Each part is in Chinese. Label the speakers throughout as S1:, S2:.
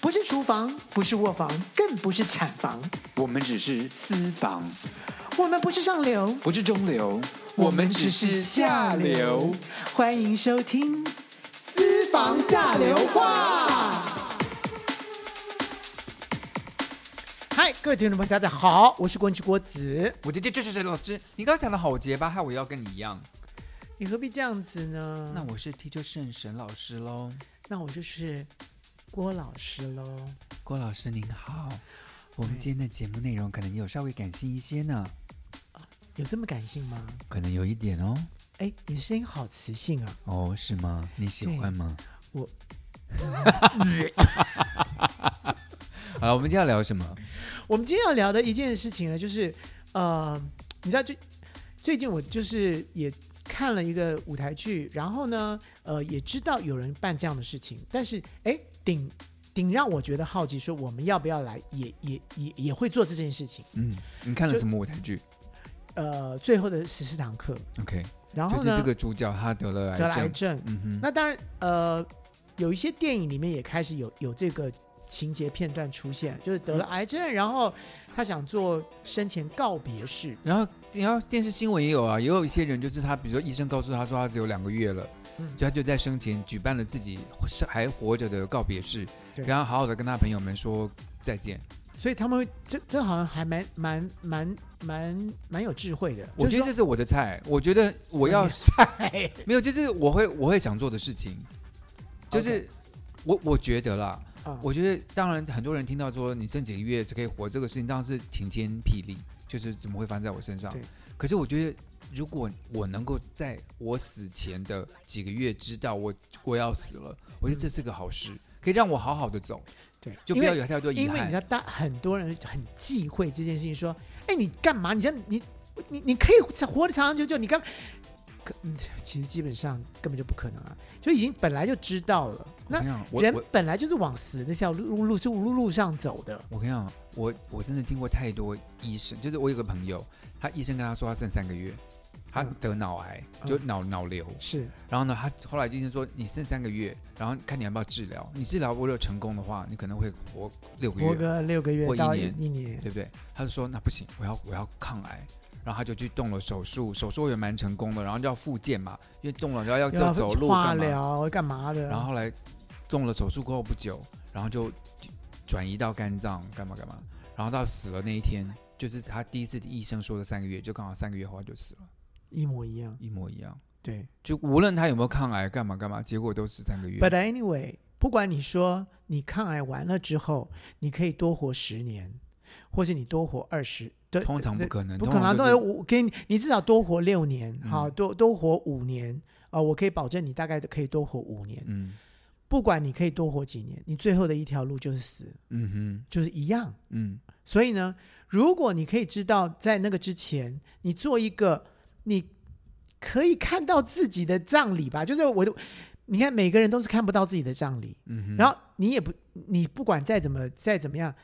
S1: 不是厨房，不是卧房，更不是产房，
S2: 我们只是私房，
S1: 我们不是上流，
S2: 不是中流，我们只是下流。。
S1: 欢迎收听《
S3: 私房下流话。
S1: 嗨，各位听众朋友，大家好，我是郭文奇郭子。
S2: 我姐姐，这是谁？老师，你刚刚讲的好结巴，害我要跟你一样。
S1: 你何必这样子呢？
S2: 那我是 Teacher 圣沈老师喽，
S1: 那我就是郭老师喽。
S2: 郭老师您好。我们今天的节目内容可能有稍微感性一些呢，
S1: 有这么感性吗？
S2: 可能有一点哦。
S1: 哎，你的声音好磁性啊！
S2: 哦，是吗？你喜欢吗？
S1: 我
S2: 好了，我们今天要聊什么？
S1: 我们今天要聊的一件事情呢，就是呃，你知道最最近我就是也看了一个舞台剧，然后呢，呃，也知道有人办这样的事情，但是哎，顶顶让我觉得好奇，说我们要不要来也也也也会做这件事情？
S2: 嗯，你看了
S1: 就
S2: 什么舞台剧
S1: 呃，最后的十四堂课，
S2: ？OK，
S1: 然
S2: 就
S1: 后
S2: 是
S1: 呢，
S2: 这个主角他得了
S1: 得了癌
S2: 癌症。
S1: 症。
S2: 嗯哼，
S1: 那当然，呃，有一些电影里面也开始有有这个情节片段出现，就是得了癌症，然后他想做生前告别式。
S2: 然后，然后电视新闻也有啊，也有一些人就是他，比如说医生告诉他说他只有两个月了，
S1: 嗯
S2: 就他就在生前举办了自己是还活着的告别式，
S1: 对
S2: 然后好好的跟他朋友们说再见。
S1: 所以他们会这这好像还蛮蛮蛮蛮蛮有智慧的。
S2: 我觉得这是我的菜，我觉得我 要
S1: 在
S2: 没有，就是我会我会想做的事情，就是
S1: OK
S2: 我我觉得啦，
S1: 啊，
S2: 我觉得当然很多人听到说你剩几个月只可以活这个事情，当然是晴天霹雳，就是怎么会发生在我身上
S1: 对？
S2: 可是我觉得，如果我能够在我死前的几个月知道我我要死了，我觉得这是个好事，可以让我好好的走，
S1: 对，
S2: 就
S1: 嗯因
S2: 不要
S1: 为
S2: 有太多遗
S1: 因为你
S2: 憾
S1: 知。道，大很多人很忌讳这件事情，说，哎，你干嘛？你这样你你你可以活得长长久久，你干嘛？可嗯其实基本上根本就不可能啊，就已经本来就知道了。
S2: 我
S1: 那
S2: 跟你讲，我
S1: 人
S2: 我
S1: 本来就是往死那条路路路路路上走的。
S2: 我跟你讲，我我真的听过太多医生，就是我有个朋友，他医生跟他说他剩三个月，他
S1: 嗯
S2: 得脑癌，
S1: 嗯
S2: 就脑脑瘤，
S1: 是，
S2: 然后呢，他后来医生说你剩三个月，然后看你要不要治疗。你治疗如果成功的话，你可能会活六个
S1: 活
S2: 月，
S1: 个六个月
S2: 或一
S1: 到
S2: 年
S1: 一年，
S2: 对不对？他就说那不行，我要我要抗癌。然后他就去动了手术，手术也蛮成功的，然后就要复健嘛，因为动了然后要
S1: 又要
S2: 要走路
S1: 化
S2: 干嘛？
S1: 疗干嘛的？
S2: 然后后来动了手术过后不久，然后就转移到肝脏干嘛干嘛，然后到死了那一天，就是他第一次医生说的三个月，就刚好三个月后他就死了，
S1: 一模一样，
S2: 一模一样。
S1: 对。
S2: 就无论他有没有抗癌干嘛干嘛，结果都是三个月。
S1: But anyway，不管你说你抗癌完了之后，你可以多活十年，或是你多活二十，对，
S2: 通常不
S1: 对
S2: 可能，
S1: 不
S2: 通
S1: 可能啊，
S2: 常
S1: 都
S2: 就是
S1: 有五给你，你至少多活六年，
S2: 嗯
S1: 好，多多活五年啊、我可以保证你大概可以多活五年，
S2: 嗯
S1: 不管你可以多活几年，你最后的一条路就是死，
S2: 嗯哼
S1: 就是一样。
S2: 嗯
S1: 所以呢，如果你可以知道在那个之前，你做一个你可以看到自己的葬礼吧，就是我的，你看每个人都是看不到自己的葬礼，
S2: 嗯哼，
S1: 然
S2: 后
S1: 后你也不，你不管再怎么再怎么样，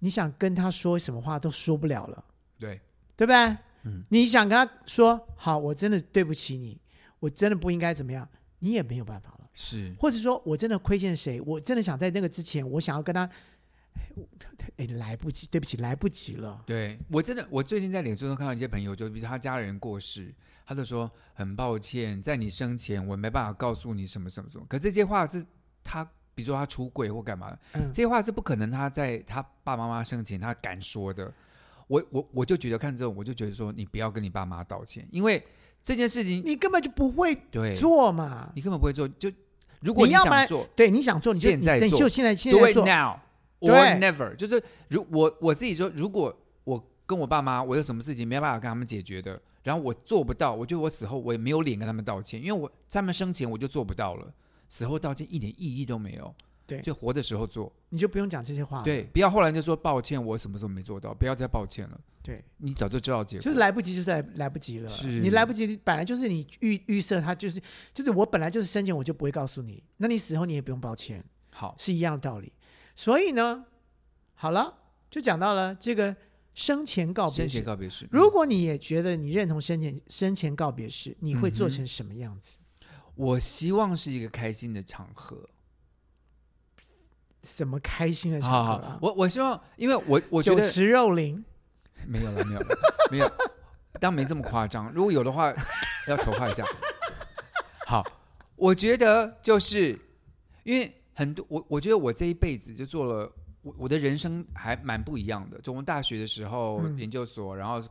S1: 你想跟他说什么话都说不了了，
S2: 对，
S1: 对不对？
S2: 嗯，
S1: 你想跟他说好，我真的对不起你，我真的不应该怎么样，你也没有办法了。
S2: 是
S1: 或者说我真的亏欠谁，我真的想在那个之前，我想要跟他， 哎，来不及，对不起，来不及了。
S2: 对我真的，我最近在脸书上看到一些朋友，就比如他家人过世，他就说很抱歉，在你生前我没办法告诉你什么什么什么，可这些话是他。比如说他出轨或干嘛的，
S1: 嗯
S2: 这些话是不可能他在他爸爸妈妈生前他敢说的。我我我就觉得看这种，我就觉得说你不要跟你爸妈道歉，因为这件事情
S1: 你根本就不会
S2: 对
S1: 做嘛。
S2: 你根本不会做。就如果
S1: 你要不
S2: 想
S1: 然
S2: 做，
S1: 对，你想做你就
S2: 现在
S1: 你你
S2: 做
S1: 就现在现
S2: Do
S1: 在
S2: it
S1: 做，
S2: now
S1: 对
S2: or never，就是如我我自己说，如果我跟我爸妈我有什么事情没有办法跟他们解决的，然后我做不到，我觉得我死后我也没有脸跟他们道歉，因为我在他们生前我就做不到了，死后道歉一点意义都没有。
S1: 对
S2: 就活的时候做，
S1: 你就不用讲这些话了。
S2: 对，不要后来就说抱歉，我什么时候没做到，不要再抱歉了，
S1: 对，
S2: 你早就知道结果。
S1: 就是来不及，就是来来不及了。
S2: 是
S1: 你来不及，本来就是你预预设他就是就是我本来就是生前我就不会告诉你，那你死后你也不用抱歉，
S2: 好，
S1: 是一样的道理。所以呢，好了，就讲到了这个生前告别
S2: 生
S1: 式
S2: 前。告别式。
S1: 如果你也觉得你认同生前生前告别
S2: 嗯
S1: 式，你会做成什么样子？
S2: 我希望是一个开心的场合，
S1: 什么开心的场
S2: 好
S1: 合、
S2: 好
S1: 啊，？
S2: 我我希望，因为我我觉
S1: 酒
S2: 得
S1: 池肉林，
S2: 没有了，没有了，没有，但没这么夸张。如果有的话，要筹划一下。 好，我觉得就是因为很多，我我觉得我这一辈子就做了，我我的人生还蛮不一样的。从大学的时候、
S1: 嗯
S2: 研究所，然后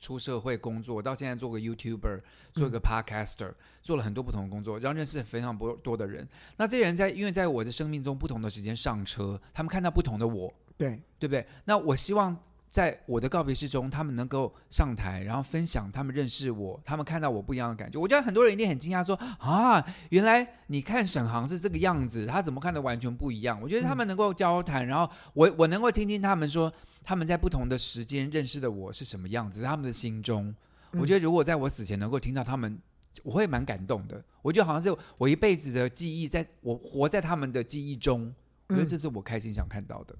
S2: 出社会工作，到现在做个 YouTuber，做个 Podcaster，、做了很多不同的工作，然后认识非常多多的人。那这些人在因为在我的生命中不同的时间上车，他们看到不同的我，
S1: 对，
S2: 对不对？那我希望在我的告别式中，他们能够上台，然后分享他们认识我，他们看到我不一样的感觉。我觉得很多人一定很惊讶说，啊，原来你看沈航是这个样子，他怎么看的完全不一样？我觉
S1: 嗯
S2: 得他们能够交谈，然后我我能够听听他们说他们在不同的时间认识的我是什么样子，在他们的心中。
S1: 嗯
S2: 我觉得如果在我死前能够听到他们。我会蛮感动的，我觉得好像是我一辈子的记忆，在我活在他们的记忆中，我觉得
S1: 嗯
S2: 这是我开心想看到的。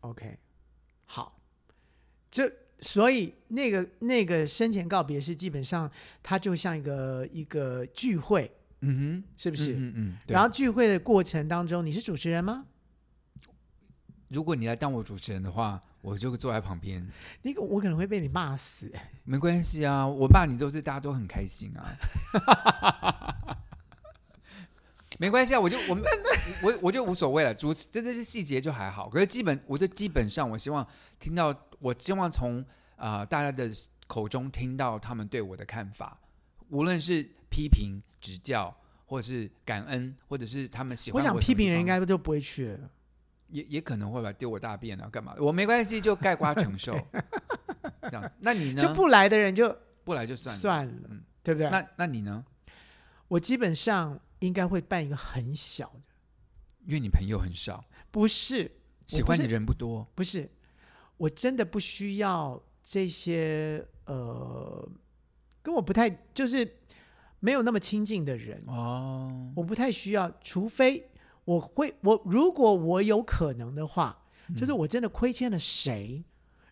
S1: OK，好，这所以那个那个生前告别式，基本上它就像一个一个聚会，
S2: 嗯哼，
S1: 是不是？
S2: 嗯嗯嗯。对
S1: 然后聚会的过程当中，你是主持人吗？
S2: 如果你来当我主持人的话，我就坐在旁边，
S1: 那个我可能会被你骂死。
S2: 没关系啊。我爸你都是大家都很开心啊， 没关系啊。我就我们我我就无所谓了，主这这些细节就还好。可是基本我就基本上我希望听到，我希望从啊、呃大家的口中听到他们对我的看法，无论是批评、指教，或者是感恩，或者是他们喜欢
S1: 我想
S2: 什么
S1: 批评
S2: 地
S1: 人应
S2: 方
S1: 该就不会去了。
S2: 也也可能会吧，丢我大便啊，干嘛？我没关系，就盖瓜承受，这样子。那你呢？
S1: 就不来的人就
S2: 不来就算了。
S1: 算了，
S2: 嗯
S1: 对不对？
S2: 那那你呢？
S1: 我基本上应该会办一个很小的，
S2: 因为你朋友很少，
S1: 不是
S2: 喜欢你
S1: 是
S2: 的人不多。
S1: 不是，我真的不需要这些呃，跟我不太就是没有那么亲近的人，
S2: 哦，
S1: 我不太需要，除非我会我如果我有可能的话，就是我真的亏欠了谁，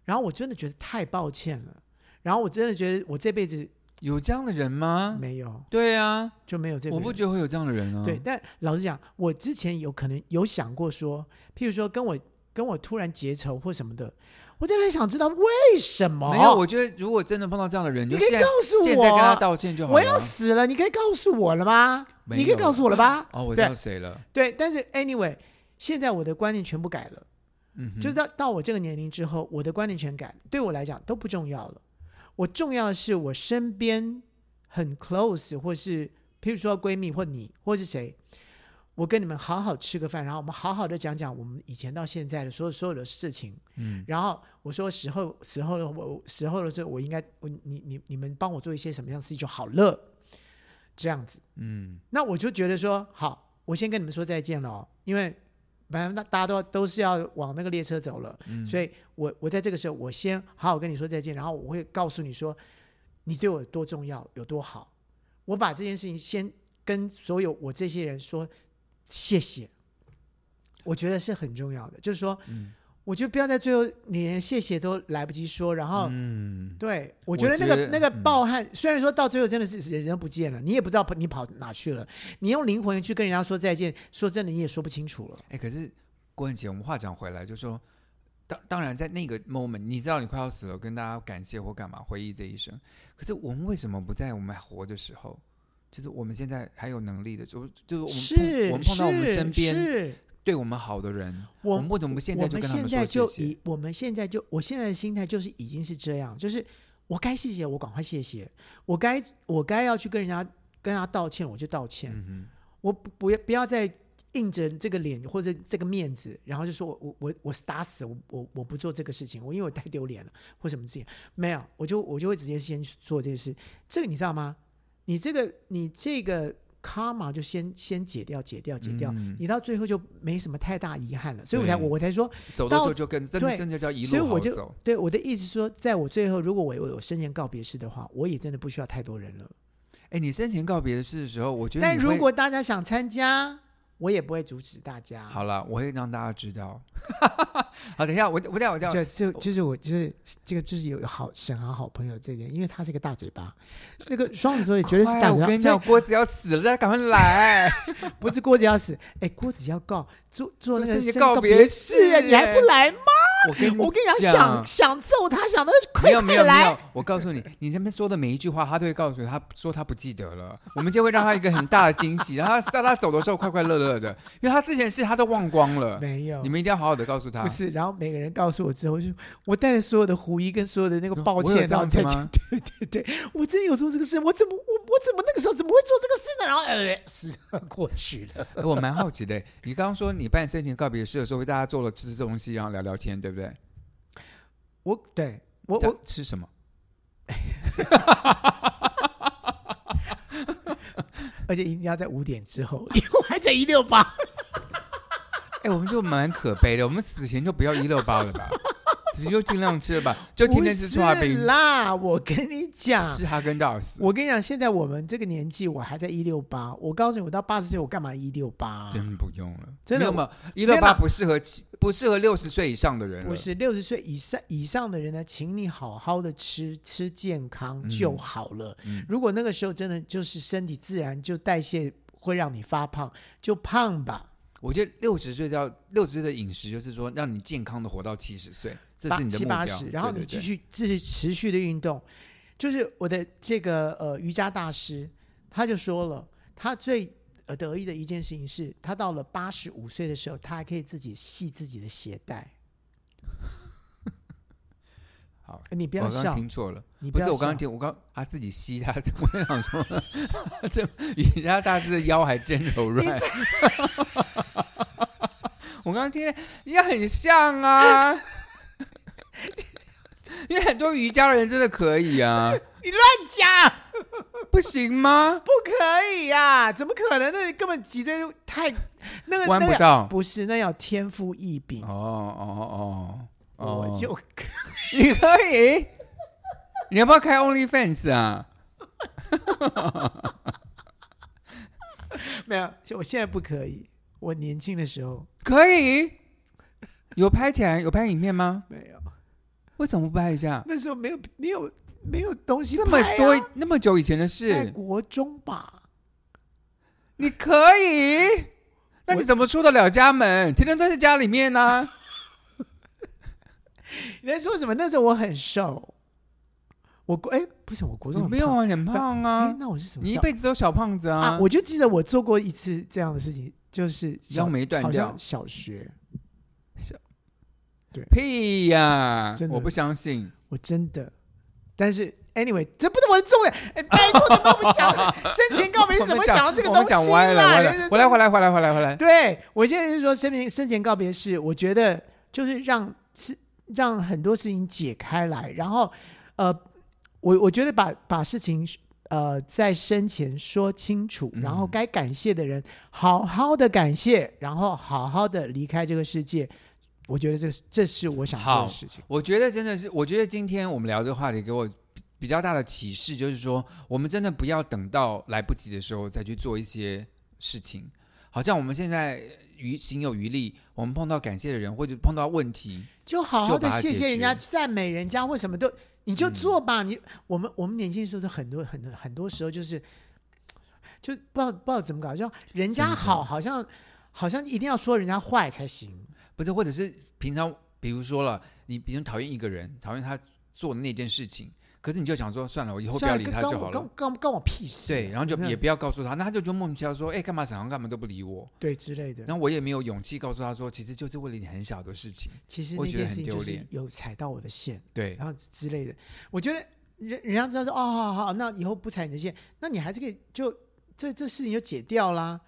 S1: 然后我真的觉得太抱歉了，然后我真的觉得我这辈子
S2: 有这样的人吗？
S1: 没有
S2: 对啊，
S1: 就没有这个
S2: 我
S1: 人，
S2: 不觉得会有这样的人啊。
S1: 对，，但老实讲，我之前有可能有想过说，譬如说跟我跟我突然结仇或什么的，我真的很想知道为什么。
S2: 没有。我觉得如果真的碰到这样的人，
S1: 哦你
S2: 就
S1: 可以
S2: 现在
S1: 告诉我
S2: 现在跟他道歉就好了。
S1: 我要死了，你可以告诉我了吗？
S2: 没
S1: 你可以
S2: 有
S1: 告诉我了吧？
S2: 哦，我知
S1: 对
S2: 道谁了。
S1: 对，但是 anyway，现在我的观念全部改了，
S2: 嗯哼，
S1: 就是到到我这个年龄之后，我的观念全改了，对我来讲都不重要了。我重要的是我身边很 close，或是譬如说闺蜜或你或是谁，我跟你们好好吃个饭，然后我们好好的讲讲我们以前到现在的所有所有的事情。
S2: 嗯，
S1: 然后我说时候时候的我时候的时候我应该我你你你们帮我做一些什么样的事情就好了，这样子。
S2: 嗯，
S1: 那我就觉得说好，我先跟你们说再见了哦，因为反正大家都都是要往那个列车走了，
S2: 嗯
S1: 所以我我在这个时候我先好好跟你说再见，然后我会告诉你说你对我有多重要，有多好。我把这件事情先跟所有我这些人说谢谢，我觉得是很重要的，就是说，
S2: 嗯
S1: 我觉得不要在最后你连谢谢都来不及说，然后。
S2: 嗯，
S1: 对，
S2: 我
S1: 我觉得那
S2: 觉
S1: 个
S2: 得
S1: 那个
S2: 嗯
S1: 暴汗，虽然说到最后真的是人都不见了，你也不知道你跑哪去了，你用灵魂去跟人家说再见，说真的你也说不清楚了。
S2: 哎，可是郭文琪，我们话讲回来，就说，当当然在那个 moment，你知道你快要死了，跟大家感谢或干嘛回忆这一生。可是我们为什么不在我们还活的时候，就是我们现在还有能力的，就就是我们碰
S1: 是，
S2: 我们碰到我们
S1: 是
S2: 身边
S1: 是
S2: 对我们好的人，我
S1: 我
S2: 们为什么不现在
S1: 我
S2: 就
S1: 们
S2: 跟他
S1: 现
S2: 们
S1: 在
S2: 说
S1: 就
S2: 谢谢？
S1: 以我们现在就我现在的心态就是已经是这样，就是我该谢谢我赶快谢谢，我该我该要去跟人家跟人家道歉我就道歉，
S2: 嗯
S1: 我不不要不要再硬着这个脸或者这个面子，然后就说我我我我打死我我我不做这个事情，我因为我太丢脸了或什么事情，没有，我就我就会直接先去做这件事。这个你知道吗？你这个你这个 karma 就先先解掉解掉解掉，
S2: 嗯
S1: 你到最后就没什么太大遗憾了。所以我才
S2: 对
S1: 我我才说
S2: 哼，走的时候
S1: 到
S2: 就跟真的
S1: 对
S2: 真的叫一
S1: 所以
S2: 路好
S1: 我就
S2: 走。
S1: 对我的意思是说，在我最后如果我我有生前告别式的话，我也真的不需要太多人了。
S2: 哎，你生前告别的事的时候，我觉得
S1: 但
S2: 你会
S1: 如果大家想参加，我也不会阻止大家。
S2: 好了，我会让大家知道。 好，等一下，我我等一下我等一
S1: 这
S2: 下
S1: 就就是我就是这个就是有有好沈航好朋友这一点，因为他是个大嘴巴，那个双子座也绝对是
S2: 快
S1: 大
S2: 哎我跟
S1: 嘴
S2: 你
S1: 巴
S2: 讲，，郭子要死了，大家赶快 来！
S1: 所以不是郭子要死，哎，郭子要告做做那
S2: 做
S1: 个
S2: 生日
S1: 生
S2: 告
S1: 告
S2: 别
S1: 别
S2: 式
S1: 式，啊你还不来吗？
S2: 我跟你
S1: 我跟你讲，
S2: 讲
S1: 想，想揍他，想到
S2: 没
S1: 快
S2: 有没
S1: 快
S2: 有没
S1: 来
S2: 有，，我告诉你，你那边说的每一句话，他都会告诉他说他不记得了。我们今天会让他一个很大的惊喜，然后他到他走的时候快快乐乐的，因为他之前事他都忘光了。
S1: 没有
S2: 你。们一定要好好的告诉他
S1: 不。是，然后每个人告诉我之后，就我带着所有的狐疑跟所有的那个
S2: 嗯
S1: 抱
S2: 我有
S1: 歉，
S2: 这
S1: 然后
S2: 样子
S1: 再
S2: 吗
S1: 讲，对对对，我真的有做这个事，我怎么我我怎么那个时候怎么会做这个事呢？然后呃，是 过去了，
S2: 哎我蛮好奇的，你刚刚说你办生前告别式的时候，为大家做了吃吃东西，然后聊聊天，对不对？
S1: 我对我
S2: 我
S1: 我
S2: 吃什么？
S1: 而且一定要在五点之后，因为我还在一六八，
S2: 哎，我们就蛮可悲的，我们死前就不要一六八了吧，死前就尽量吃了吧， 就天天吃
S1: 不
S2: 刨
S1: 是
S2: 冰，
S1: 啦。我跟你讲，
S2: 吃哈根达斯，
S1: 我跟你讲，现在我们这个年纪，我还在一六八。我告诉你，我到八十岁，我干嘛一六八？
S2: 真不用了，
S1: 真的
S2: 没有没有一
S1: 没
S2: 六
S1: 有
S2: 八
S1: 啦
S2: 不适合七，不适合六十岁以上的人了，
S1: 不是六十岁以上以上的人呢，请你好好的吃，吃健康
S2: 嗯
S1: 就好了。
S2: 嗯
S1: 如果那个时候真的就是身体自然就代谢会让你发胖，就胖吧。
S2: 我觉得六十岁到六十岁的饮食，就是说让你健康的活到七十岁，这
S1: 八
S2: 是你的
S1: 七
S2: 目标。
S1: 八十，然后
S2: 对
S1: 你
S2: 对
S1: 继
S2: 对
S1: 续继续持续的运动。就是我的这个呃瑜伽大师，他就说了，他最呃得意的一件事情是，他到了八十五岁的时候，他还可以自己系自己的鞋带。
S2: 好，
S1: 你不
S2: 我
S1: 要
S2: 刚刚
S1: 笑，
S2: 听错了，
S1: 你
S2: 不
S1: 要
S2: 是
S1: 笑。
S2: 我刚刚听，啊我刚他自己吸他，我想说， 这瑜伽大师的腰还真柔软。 我刚刚听，也很像啊， 因为很多瑜伽的人真的可以啊，
S1: 你乱讲，
S2: 不行吗？
S1: 不可以呀、怎么可能？那根本脊椎太那个
S2: 弯
S1: 那
S2: 不
S1: 个
S2: 到。
S1: 不是，那要天赋异禀。
S2: 哦哦哦哦，
S1: 我就
S2: 你可以，你要不要开 OnlyFans 啊？
S1: 没有，我现在不可以。我年轻的时候
S2: 可以，有拍起来有拍影片吗？
S1: 没有，
S2: 为什么不拍一下？
S1: 那时候没有，没有，没有东西、啊
S2: 这么多那么久以前的
S1: 在
S2: 事，
S1: 国中吧？
S2: 你可以？那你怎么出得了家门？天天都在家里面啊呢、
S1: 你在说什么？那时候我很瘦，我国哎不是我国
S2: 你
S1: 中很
S2: 没有
S1: 胖
S2: 啊，你很胖
S1: 哎
S2: 啊，，
S1: 那我是什么
S2: 你
S1: 时
S2: 一
S1: 候？
S2: 辈子都小胖子啊
S1: 啊，，我就记得我做过一次这样的事情，就是
S2: 腰
S1: 小
S2: 没断
S1: 好
S2: 掉
S1: 像，小学，
S2: 屁呀、
S1: 真的
S2: 我不相信。
S1: 我真的。但是 anyway，这不是我的重点。哎，拜托，你帮我们 讲生前告别是
S2: 我
S1: 怎么
S2: 们讲
S1: 到这个
S2: 我
S1: 东
S2: 们
S1: 西
S2: 讲歪了，歪
S1: 啦
S2: 了。回来，回来，回来，回来，回来。
S1: 对我现在是说生前生前告别式，我觉得就是让是让很多事情解开来，然后呃，我我觉得把把事情呃在生前说清楚，
S2: 嗯
S1: 然后该感谢的人好好的感谢，然后好好的离开这个世界。我觉得这是这是我想做
S2: 好
S1: 的事情。
S2: 我觉得真的是，我觉得今天我们聊这个话题给我比比较大的启示，就是说，我们真的不要等到来不及的时候再去做一些事情。好像我们现在余行有余力，我们碰到感谢的人或者碰到问题，
S1: 就好好
S2: 就
S1: 的
S2: 把它
S1: 谢
S2: 解
S1: 谢人家，
S2: 决嗯
S1: 赞美人家或什么都，你就做吧。你我们我们年轻的时候都很多很多很多时候就是，就不知道不知道怎么搞，就人
S2: 真
S1: 家
S2: 的
S1: 好，好像好像一定要说人家坏才行。
S2: 不是，或者是平常，比如说了，你比如讨厌一个人，讨厌他做的那件事情，可是你就想说，算了，我以后不
S1: 算
S2: 要
S1: 了，
S2: 理
S1: 跟
S2: 他
S1: 跟
S2: 就
S1: 我
S2: 好
S1: 跟
S2: 了。
S1: 跟跟我屁事。
S2: 对，然后就
S1: 有没有
S2: 也不要告诉他，那他就觉得莫名其妙说，哎，干嘛想要干嘛都不理我，
S1: 对之类的。
S2: 然后我也没有勇气告诉他说，其实就是为了你很小的事情，
S1: 其实
S2: 我
S1: 那
S2: 觉得
S1: 件
S2: 很
S1: 事情就
S2: 丢
S1: 是
S2: 脸
S1: 有踩到我的线，
S2: 对，
S1: 然后之类的。我觉得人人家知道说，哦，好好好，那以后不踩你的线，那你还是可以就这这事情就解掉啦。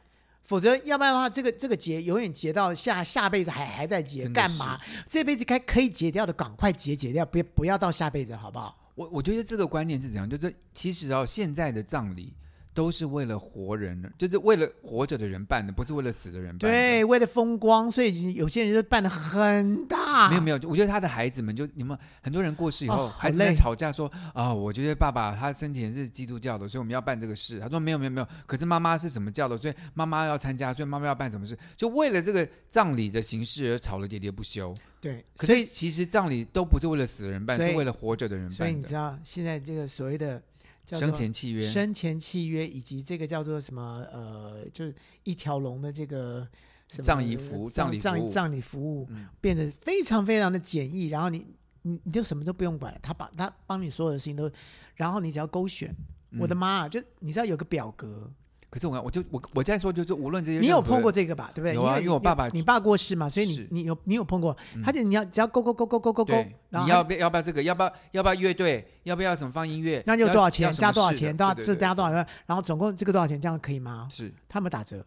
S1: 否则，要不然的话，这个这个结永远结到下下辈子还还在结，
S2: 真的
S1: 干嘛？这辈子该可以结掉的，赶快结结掉，别不要到下辈子，好不好？
S2: 我我觉得这个观念是怎样，就是其实哦，现在的葬礼都是为了活人，就是为了活着的人办的，不是为了死的人办的。
S1: 对，为了风光，所以有些人就办的很大。
S2: 没有没有，我觉得他的孩子们就你们很多人过世以后，
S1: 哦
S2: 孩子
S1: 好
S2: 们在
S1: 累
S2: 吵架说啊、我觉得爸爸他生前是基督教的，所以我们要办这个事。他说没有没有没有，可是妈妈是什么教的，所以妈妈要参加，所以妈妈要办什么事，就为了这个葬礼的形式而吵得喋喋不休。
S1: 对，
S2: 可
S1: 所
S2: 是
S1: 以
S2: 其实葬礼都不是为了死的人办，
S1: 所以
S2: 是为了活着的人
S1: 所以
S2: 办
S1: 你知
S2: 的。
S1: 道现在这个所谓的叫做
S2: 生前契约，
S1: 生前契约，以及这个叫做什么呃，就是一条龙的这个什么
S2: 葬仪服
S1: 葬
S2: 葬礼
S1: 葬
S2: 服务
S1: 葬礼服务
S2: 嗯
S1: 变得非常非常的简易，然后你你你就什么都不用管了，他把他帮你所有的事情都，然后你只要勾选。
S2: 嗯
S1: 我的妈、啊！就你知道有个表格，
S2: 可是我我就我我在说，就是无论这些，
S1: 你有碰过？这个吧？对不对？
S2: 有啊
S1: 因为
S2: 因为我爸爸
S1: 你爸过世嘛，所以你
S2: 是
S1: 你有你有碰过
S2: 嗯，
S1: 他就你要只要勾勾勾勾勾勾勾
S2: 对，，
S1: 然
S2: 你
S1: 后哎
S2: 要
S1: 他
S2: 不要要不要这个？要不要要不要乐队？要不要什么放音乐？
S1: 那就
S2: 要
S1: 多少
S2: 要
S1: 钱
S2: 什么
S1: 加多少
S2: 事的
S1: 钱，多少
S2: 对对
S1: 这
S2: 对
S1: 加多少钱，然后总共这个多少钱，这样可以吗？
S2: 是
S1: 他们打折。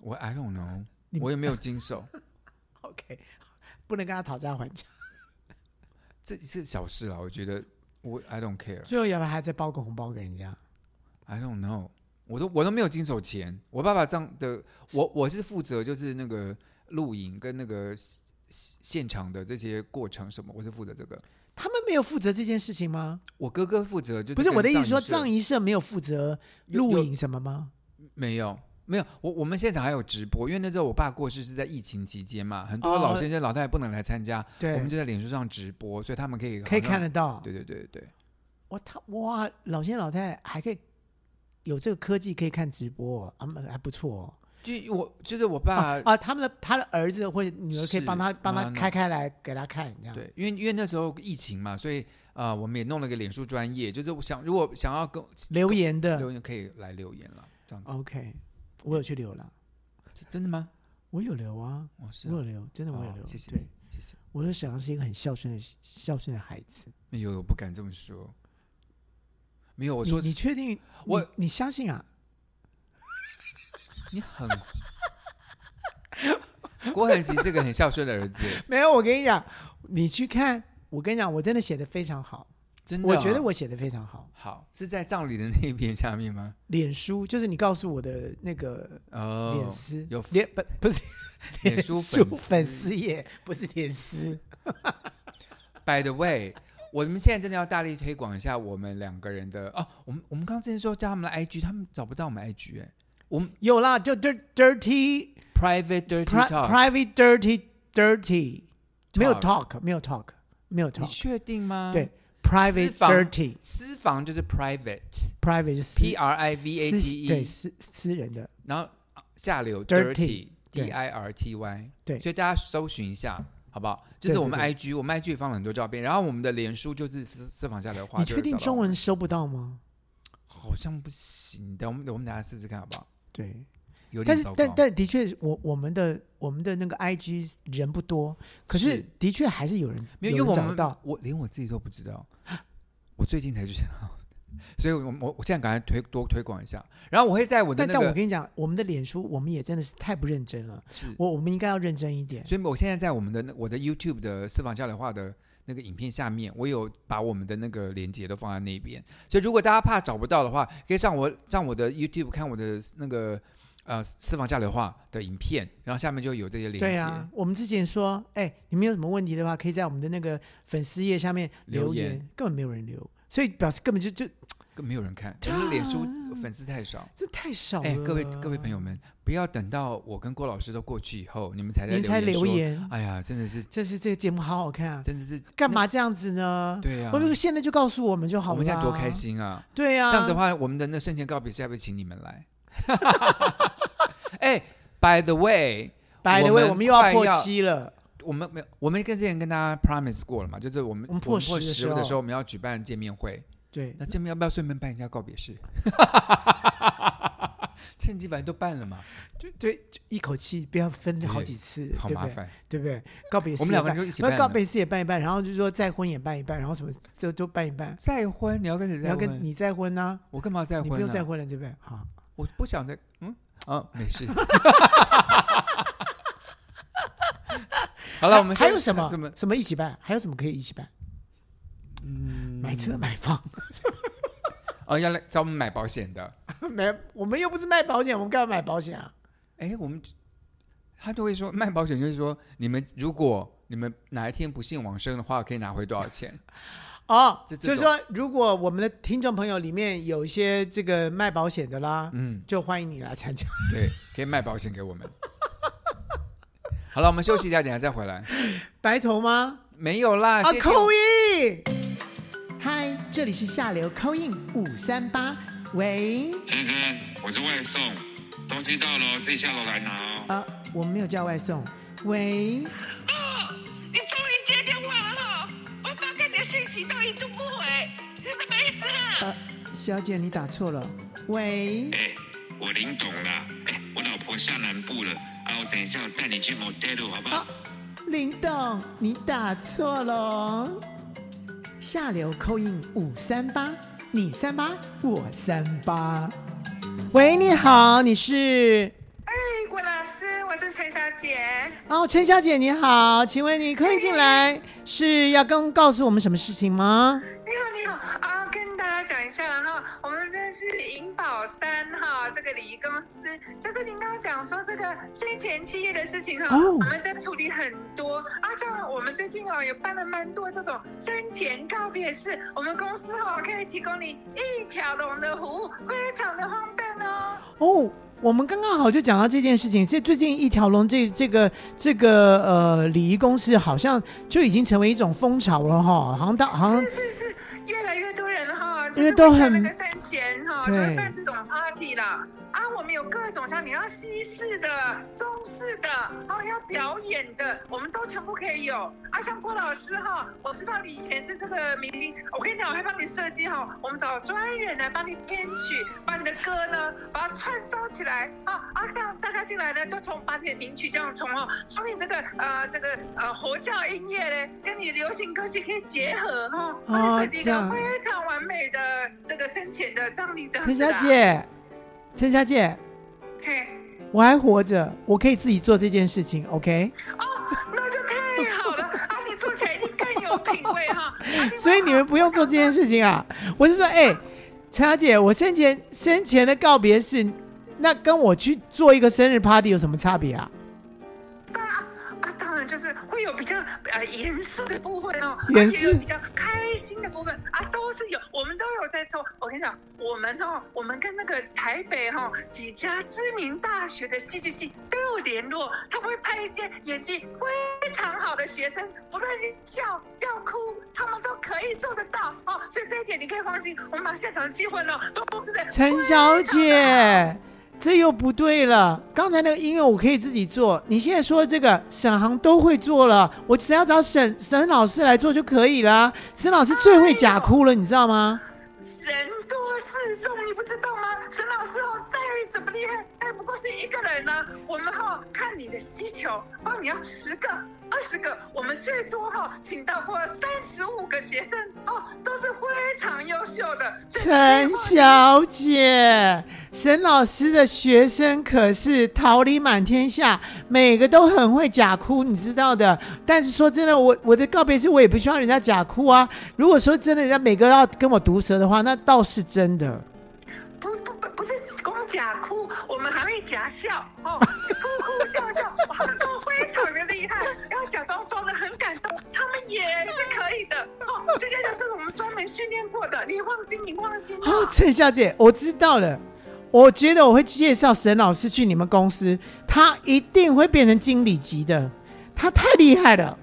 S2: 我 I don't know，
S1: 你
S2: 我也没有经手，
S1: OK，不能跟他讨价还价。
S2: 这是小事啦。我觉得我 I don't
S1: 最后要不要还再包个红包给人家？
S2: care，I don't know，我都我都没有经手钱。我爸爸这样的，我我是负责就是那个录影跟那个现现场的这些过程什么，我是负责这个。
S1: 他们没有负责这件事情吗？
S2: 我哥哥负责就是
S1: 不是
S2: 跟
S1: 我的意思，说
S2: 社
S1: 葬仪社没有负责
S2: 有
S1: 录
S2: 有
S1: 影什么吗？
S2: 没有。没有，我我们现场还有直播，因为那时候我爸过世是在疫情期间嘛，很多
S1: 哦
S2: 老先生、老太太不能来参加，
S1: 对，
S2: 我们就在脸书上直播，所以他们可以
S1: 可以
S2: 好像
S1: 看得到。
S2: 对对对对对，
S1: 哇，他哇，老先生老太太还可以有这个科技可以看直播哦，啊，蛮还不错哦。
S2: 就我就是我爸、
S1: 啊，他们的他的儿子或者女儿可以
S2: 是
S1: 帮他帮
S2: 妈
S1: 他
S2: 妈
S1: 开开来给他看，这样。
S2: 对，因为因为那时候疫情嘛，所以啊、呃我们也弄了个脸书专业，就是我想如果想要跟
S1: 留言的
S2: 留言可以来留言了，这样子。
S1: ，OK，我有去留了，
S2: 是真的吗？
S1: 我有留啊，
S2: 哦，是
S1: 我
S2: 啊、
S1: 有留，真的我有
S2: 哦
S1: 留。
S2: 谢谢
S1: 对，
S2: 谢谢。
S1: 我就想是一个很孝顺的孝顺的孩子。
S2: 没哎有，我不敢这么说。没有，我
S1: 你
S2: 说
S1: 你
S2: 是
S1: 确定？
S2: 我
S1: 你你相信啊？
S2: 你很，郭恒吉是个很孝顺 的儿子，
S1: 没有，我跟你讲，你去看，我跟你讲，我真的写的非常好，
S2: 真的啊、
S1: 我觉得我写的非常好。
S2: 好是在葬礼的那一篇下面吗？
S1: 脸书就是你告诉我的那个
S2: 哦，
S1: 脸丝，
S2: 有
S1: 脸不不是
S2: 脸书
S1: 书
S2: 粉丝
S1: 粉丝页，不是脸丝。
S2: By the way，我们现在真的要大力推广一下我们两个人的哦。我们我们刚刚之前说叫他们的 IG，他们找不到我们 IG 哎、我们
S1: 有啦，就 dirt dirty
S2: private dirty
S1: pri-
S2: talk，
S1: private dirty dirty，没有
S2: Talk
S1: talk，没有 talk，没有
S2: 你
S1: talk。
S2: 确定吗？
S1: 对，private
S2: 私房
S1: dirty
S2: 私房就是 private，P
S1: private 是私
S2: R I V A
S1: 私
S2: T
S1: 对
S2: E，
S1: 私私人的。
S2: 然后啊下流
S1: Dirty，对
S2: D I R T Y，
S1: 对
S2: 所以大家搜寻一下。好不好？
S1: 对
S2: 就是
S1: 对
S2: 我们
S1: 对
S2: IG，我们 IG 也放了很多照片，然后我们的脸书就是私私房下的话。
S1: 你
S2: 就
S1: 确
S2: 会
S1: 定
S2: 找到
S1: 中
S2: 我们
S1: 文收不到吗？
S2: 哦好像不行？等我们我们等下试试看好不好？
S1: 对，
S2: 有
S1: 但
S2: 点
S1: 是
S2: 糟糕。
S1: 但但的确是，我我们的我们的那个 IG 人不多，可是
S2: 是
S1: 的确还是有人
S2: 没有，因
S1: 有
S2: 为
S1: 人
S2: 我
S1: 找得
S2: 们
S1: 到。
S2: 我连我自己都不知道，我最近才知道，所以我我我现在赶快推多推广一下，然后我会在我的
S1: 但
S2: 那
S1: 但我
S2: 个
S1: 跟你讲，我们的脸书我们也真的是太不认真了，
S2: 是，
S1: 我我们应该要认真一点。
S2: 所以我现在在我们的那我的 YouTube 的私房交流话的那个影片下面，我有把我们的那个链接都放在那边，所以如果大家怕找不到的话，可以上我上我的 YouTube 看我的那个呃私房交流话的影片，然后下面就有这些链接。
S1: 对啊，我们之前说，哎，你们有什么问题的话，可以在我们的那个粉丝页下面留
S2: 留
S1: 言，
S2: 言
S1: 根本没有人留，所以表示根本就就
S2: 更没有人看，
S1: 对
S2: 我
S1: 啊
S2: 们脸书粉丝太少。
S1: 这太少了。
S2: 哎，各位各位朋友，们，不要等到我跟郭老师都过去以后，你们才在
S1: 您才留
S2: 说。
S1: 言，
S2: 哎呀，真的是，
S1: 这是这个节目好好看啊，
S2: 真的是
S1: 干嘛这样子呢？
S2: 对呀、
S1: 我们现在就告诉我们就好
S2: 我
S1: 了。
S2: 们现在多开！心啊！
S1: 对呀、
S2: 这样子的话，我们的那生前告别是要不要请你们来？ 哎，By the way，
S1: By the way，
S2: 我们
S1: 我们又要
S2: 快
S1: 破
S2: 要
S1: 七了，
S2: 我们没有，我们跟之前跟大家 promise 过了嘛，就是我们
S1: 我们破
S2: 十
S1: 十的时
S2: 的时
S1: 候
S2: 候，我们要举办见面会。
S1: 对
S2: 那见面要不要顺便办一下告别式？ 趁机反正都办了嘛，
S1: 对对，就一口气不要分
S2: 对
S1: 好几次，
S2: 好
S1: 对不
S2: 麻
S1: 对？
S2: 烦。
S1: 对不对？告别式
S2: 我们两个
S1: 也
S2: 人
S1: 办
S2: 就一起
S1: 那
S2: 办
S1: 告
S2: 了
S1: 别式也办一办，然后就说再婚也办一办，然后什么就都办一办。
S2: 再婚，你要跟谁
S1: 你
S2: 再
S1: 要
S2: 婚？
S1: 跟你再婚呢、
S2: 我干嘛再婚、
S1: 你
S2: 啊？
S1: 不用再婚了，对不对？好，
S2: 我不想再，嗯，啊，没事。 好了，我们
S1: 还
S2: 先
S1: 有什
S2: 怎么
S1: 么什么一起办？还有什么可以一起办？嗯，买车买房，
S2: 哦，要来找我们买保险的，
S1: 没，我们又不是卖保险，我们干嘛买保险啊？
S2: 哎，我们他就会说卖保险，就是说你们如果你们哪一天不幸往生的话，可以拿回多少钱？
S1: 哦，
S2: 这
S1: 就是说，如果我们的听众朋友里面有一些这个卖保险的啦，
S2: 嗯，
S1: 就欢迎你来参加。
S2: 对，可以卖保险给我们。 好了，我们休息一下，等一下再回来。
S1: 白头吗？
S2: 没有啦，
S1: 啊
S2: 谢谢
S1: 扣印！嗨，这里是下流扣印五三八，喂，
S4: 先生，我是外送，东西到了哦自己下楼来拿哦。
S1: 啊，我们没有叫外送，喂，
S5: 哦，你终于接电话了哈！我发给你的信息都一度不回，你什么意思啊？
S1: 呃，小姐你打错了，喂，
S4: 哎、我林董啦，哎、我老婆下南部了，啊，我等一下我带你去 motel 好不好？
S1: 啊，林董你打错了哦，下流扣印五三八，你三八我三八，喂，你好，你是
S5: 哎，郭老师，我是陈小姐。
S1: 哦，陈小姐你好，请问你可以进来是要跟告诉我们什么事情吗？
S5: 你好，你好啊，跟大家讲一下啦哈，我们这是银宝山哈，这个礼仪公司，就是您刚刚讲说这个生前企业的事情哈，
S1: 哦
S5: 我们在处理很多啊，这样我们最近哦也办了蛮多这种生前告别式，我们公司哦可以提供你一条龙的服务，非常的方便哦。
S1: 哦，我们刚刚好就讲到这件事情。这最近一条龙这这个这个呃礼仪公式好像就已经成为一种风潮了哈，好像到好像
S5: 是是是，越来越多人哈，就
S1: 因为
S5: 是
S1: 都
S5: 会像
S1: 很
S5: 那个生前哈，就
S1: 对
S5: 会办这种 party 啦。啊，我们有各种像你要西式的、中式的，还有要表演的，我们都全部可以有。啊，像郭老师哈，我知道你以前是这个明星，我跟你讲，我会帮你设计哈，我们找专人来帮你编曲，把你的歌呢，把它串烧起来啊啊，这样大家进来呢，就从把你的名曲这样从哦，从你这个呃这个呃佛教音乐嘞，跟你流行歌曲可以结合哦哈，帮你设计一
S1: 这样
S5: 个非常完美的这个生前的葬礼这样
S1: 陈
S5: 子
S1: 小
S5: 啊，
S1: 姐，陈小姐，
S5: 嘿，
S1: 我还活着，我可以自己做这件事情，OK？
S5: 那就太好了啊，你做起来一定更有品味 哈，啊
S1: 所以你们不用做这件。事情啊。我是说，哎、陈小姐，我生前生前的告别式，那跟我去做一个生日 party 有什么差别啊？
S5: 啊，当然就是会有比较呃严肃的部分哦，
S1: 严肃
S5: 啊也有比较开心的部分啊，都是有，我们都有在抽。我跟你讲，我们哦，我们跟那个台北哈、哦、几家知名大学的戏剧系都有联络，他们会派一些演技非常好的学生，不论你笑要哭，他们都可以做得到哦。所以这一点你可以放心，我们把现场气氛哦都控制的。
S1: 陈小，姐，这又不对了。刚才那个音乐我可以自己做，你现在说的这个沈航都会做了，我只要找沈沈老师来做就可以啦。沈老师最会假哭了，你知道吗？
S5: 人多势众，你不知道吗？沈老师哦，再怎么厉害，哎，不过是一个人呢、我们哈、看你的需求，哦，你要十个、二十个，我们最多哈、请到过三十五个学生哦，都是非常优秀的。所以
S1: 陈小姐，沈老师的学生可是桃李满天下，每个都很会假哭，你知道的。但是说真的，我我的告别式我也不希望人家假哭啊。如果说真的，人家每个要跟我毒舌的话，那倒是真的。
S5: 不不不，不是光假哭，我们还会假笑 哦，哭哭笑笑，哇，都非常的厉害，然后假装装的很感动，他们也是可以的哦。这些就是我们专门训练过的，你放心，你放心。 啊
S1: 哦，陈小姐，我知道了。我觉得我会介绍沈老师去你们公司，他一定会变成经理级的，他太厉害了。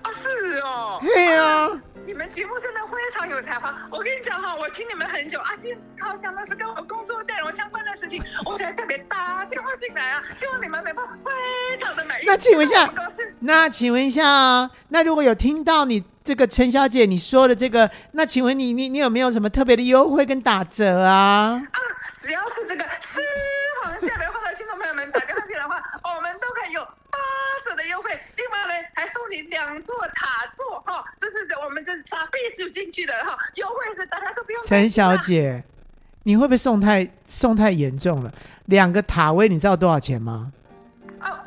S5: 啊，是哦，
S1: 对啊，
S5: 你们节目真的非常有才华。我跟你讲哈、我听你们很久啊，今天好讲的是跟我工作内容相关的事情，我才特别打电话进来啊，希望你们能够非常的满意。
S1: 那请问一 下
S5: 我们公司
S1: 那请问一下啊，那如果有听到你这个陈小姐你说的这个，那请问你你你有没有什么特别的优惠跟打折啊？
S5: 啊， 只要是这个私房下的话的听众朋友们打电话进来的话，我们都可以有八折的优惠。另外呢，还送你两座塔座哈、这是我们这傻必须进去的哈、优惠是大家都不用担
S1: 陈
S5: 心啊
S1: 小姐，你会不会送太送太严重了？两个塔位你知道多少钱吗？
S5: 啊，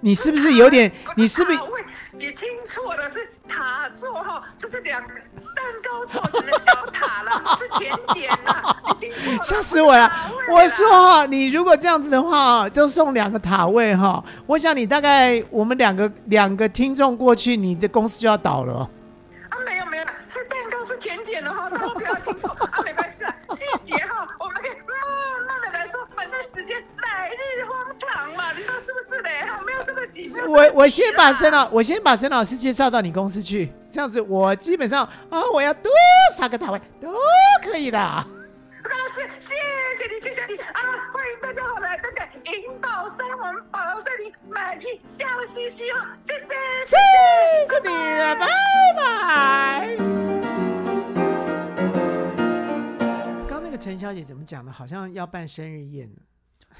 S1: 你是不是有点
S5: 不？啊
S1: 你是不是
S5: 塔位？你听错了，是塔座哈，就是两个大蛋糕做成的小塔啦，是甜点啦，你听错 了，
S1: 吓死我了
S5: 不是！塔啊位
S1: 我
S5: 啦
S1: 说哈，你如果这样子的话，啊就送两个塔位哈。我想你大概我们两个两个听众过去，你的公司就要倒了。
S5: 啊，没有没有，是蛋糕是甜点哦的哈，大家不要听错啊，没关系啦，细节哈，我们可以慢慢的来说，反正时间来日方长嘛，你说是不是嘞？哈，没有这么急，没有这么急
S1: 我我先把沈
S5: 啦
S1: 老，我先把沈老师介绍到你公司去，这样子我基本上啊，我要多少个塔位都可以的。
S5: 我刚刚是谢谢你，谢谢你啊！欢迎大家好来等等银宝山，我们宝山里满意笑嘻嘻哦，谢谢。
S1: 谢谢你了，拜拜。刚那个陈小姐怎么讲的？好像要办生日宴呢。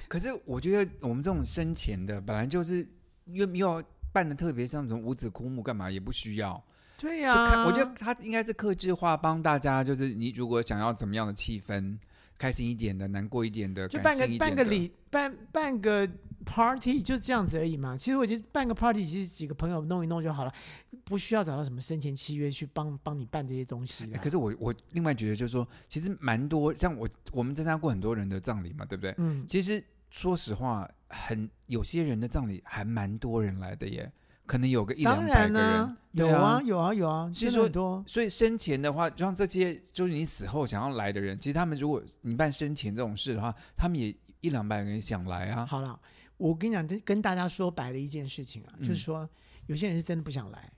S2: 可是我觉得我们这种生前的，本来就是又没有办的特别像什么五子枯木干嘛也不需要，
S1: 对啊
S2: 就
S1: 呀、
S2: 看我觉得他应该是克制化，帮大家就是你如果想要怎么样的气氛，开心一点的，难过一点的，
S1: 就
S2: 感
S1: 办
S2: 性
S1: 个
S2: 一
S1: 办
S2: 点
S1: 个
S2: 的，
S1: 礼办办个 party 就这样子而已嘛。其实我觉得办个 party，其实几个朋友弄一弄就好了，不需要找到什么生前契约去帮帮你办这些东西
S2: 哎
S1: 啦。
S2: 可是我我另外觉得就是说，其实蛮多像我我们参加过很多人的葬礼嘛，对不对？
S1: 嗯，
S2: 其实说实话，很有些人的葬礼还蛮多人来的耶，可能有个一两
S1: 当
S2: 百
S1: 然
S2: 个
S1: 呢、
S2: 人，
S1: 有
S2: 对啊
S1: 有啊有啊，
S2: 所以
S1: 真
S2: 说
S1: 的很多。
S2: 所以生前的话，让这些就是你死后想要来的人，其实他们如果你办生前这种事的话，他们也一两百个人想来啊。
S1: 好了，我跟你讲，真跟大家说白了一件事情啊，
S2: 嗯
S1: 就是说有些人是真的不想来，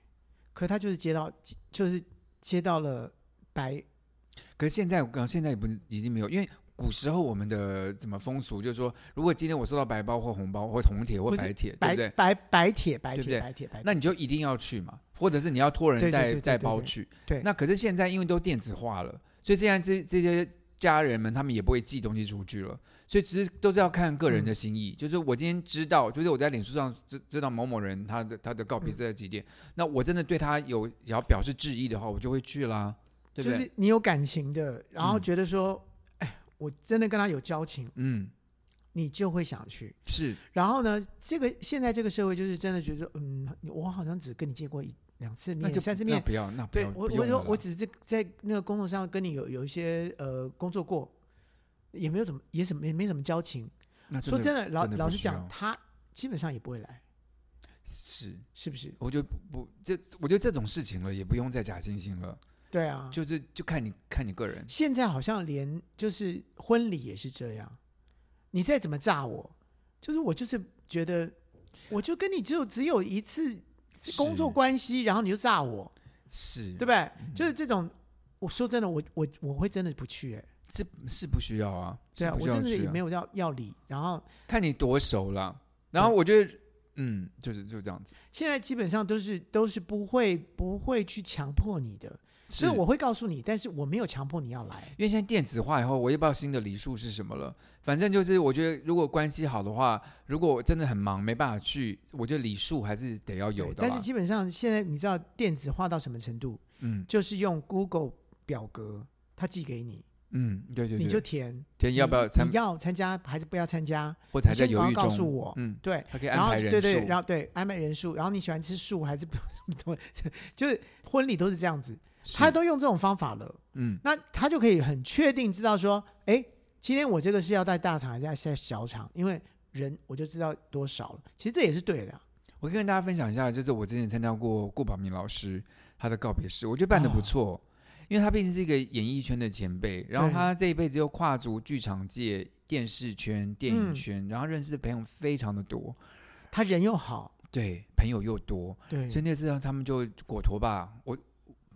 S1: 可他就是接到就是接到了白
S2: 可是现在我刚现在也不是已经没有，因为古时候我们的怎么风俗就是说，如果今天我收到白包或红包或铜铁或
S1: 不是
S2: 白铁，对
S1: 白
S2: 不对？
S1: 白白铁白
S2: 对不对
S1: 铁白铁白铁，
S2: 那你就一定要去嘛，或者是你要托人
S1: 哎对对
S2: 带
S1: 对对
S2: 带
S1: 对
S2: 包
S1: 对
S2: 去。
S1: 对
S2: 那可是现在因为都电子化了，所以现在这这些家人们他们也不会寄东西出去了，所以其实都是要看个人
S1: 嗯
S2: 的心意。就是我今天知道，就是我在脸书上知知道某某人他的他的
S1: 嗯
S2: 告别是在几点，那我真的对他有要表示致意的话，我就会去啦，对不
S1: 就
S2: 对？
S1: 是你有感情的，然后
S2: 嗯
S1: 觉得说，哎、我真的跟他有交情，
S2: 嗯，
S1: 你就会想去。
S2: 是
S1: 然后呢，这个现在这个社会就是真的觉得，嗯，我好像只跟你见过一两次
S2: 那
S1: 面、
S2: 就
S1: 三次
S2: 那
S1: 面。
S2: 不要那不
S1: 对
S2: 要，
S1: 我，我
S2: 不用
S1: 说
S2: 了
S1: 我
S2: 啦
S1: 只是在那个工作上跟你有有一些呃工作过，也没有怎么也什么也没什么交情。
S2: 那
S1: 说真
S2: 的
S1: 的，老
S2: 真的
S1: 老
S2: 不
S1: 实
S2: 需
S1: 讲，
S2: 要
S1: 他基本上也不会来，
S2: 是。
S1: 是不是？
S2: 我就不不这，我觉得这种事情了，也不用再假惺惺了，
S1: 对啊，
S2: 就是就看你看你个人。
S1: 现在好像连就是婚礼也是这样，你再怎么炸我，就是我就是觉得，我就跟你只有只有一次是
S2: 是
S1: 工作关系，然后你就炸我，
S2: 是，
S1: 对不对？
S2: 嗯
S1: 就是这种，我说真的，我我我会真的不去、哎，
S2: 是是不需要啊，
S1: 对
S2: 是
S1: 啊，
S2: 不
S1: 我
S2: 需要
S1: 真的
S2: 去
S1: 也
S2: 啊
S1: 没有要要理。然后
S2: 看你多熟了。然后我觉得，嗯，就是就这样子。
S1: 现在基本上都是都是不会不会去强迫你的，所以
S2: 是
S1: 我会告诉你，但是我没有强迫你要来。
S2: 因为现在电子化以后，我也不知道新的礼数是什么了。反正就是，我觉得如果关系好的话，如果我真的很忙没办法去，我觉得礼数还是得要有
S1: 对
S2: 的啦。
S1: 但是基本上现在你知道电子化到什么程度？
S2: 嗯
S1: 就是用 Google 表格，他寄给你，
S2: 嗯，对对对，
S1: 你就填，
S2: 填要不要参
S1: 你，要参加还是不要参加？
S2: 或者还在
S1: 你先
S2: 犹豫
S1: 不要
S2: 中。
S1: 告诉我
S2: 嗯，
S1: 对，
S2: 他可以
S1: 然
S2: 安
S1: 后
S2: 排人
S1: 对
S2: 数。
S1: 对，然后对安排人数，然后你喜欢吃素还是不 什么东西？就是婚礼都是这样子，
S2: 是
S1: 他都用这种方法了，
S2: 嗯
S1: 那他就可以很确定知道说，哎，今天我这个是要在大场还是在小场，因为人我就知道多少了。其实这也是对的啊，
S2: 我可以跟大家分享一下，就是我之前参加过顾宝明老师他的告别式，我觉得办的
S1: 啊
S2: 不错，因为他毕竟是一个演艺圈的前辈，然后他这一辈子又跨足剧场界、电视圈、电影
S1: 嗯
S2: 圈，然后认识的朋友非常的多，
S1: 他人又好，
S2: 对，朋友又多，
S1: 对，
S2: 所以那次他们就果陀吧，我。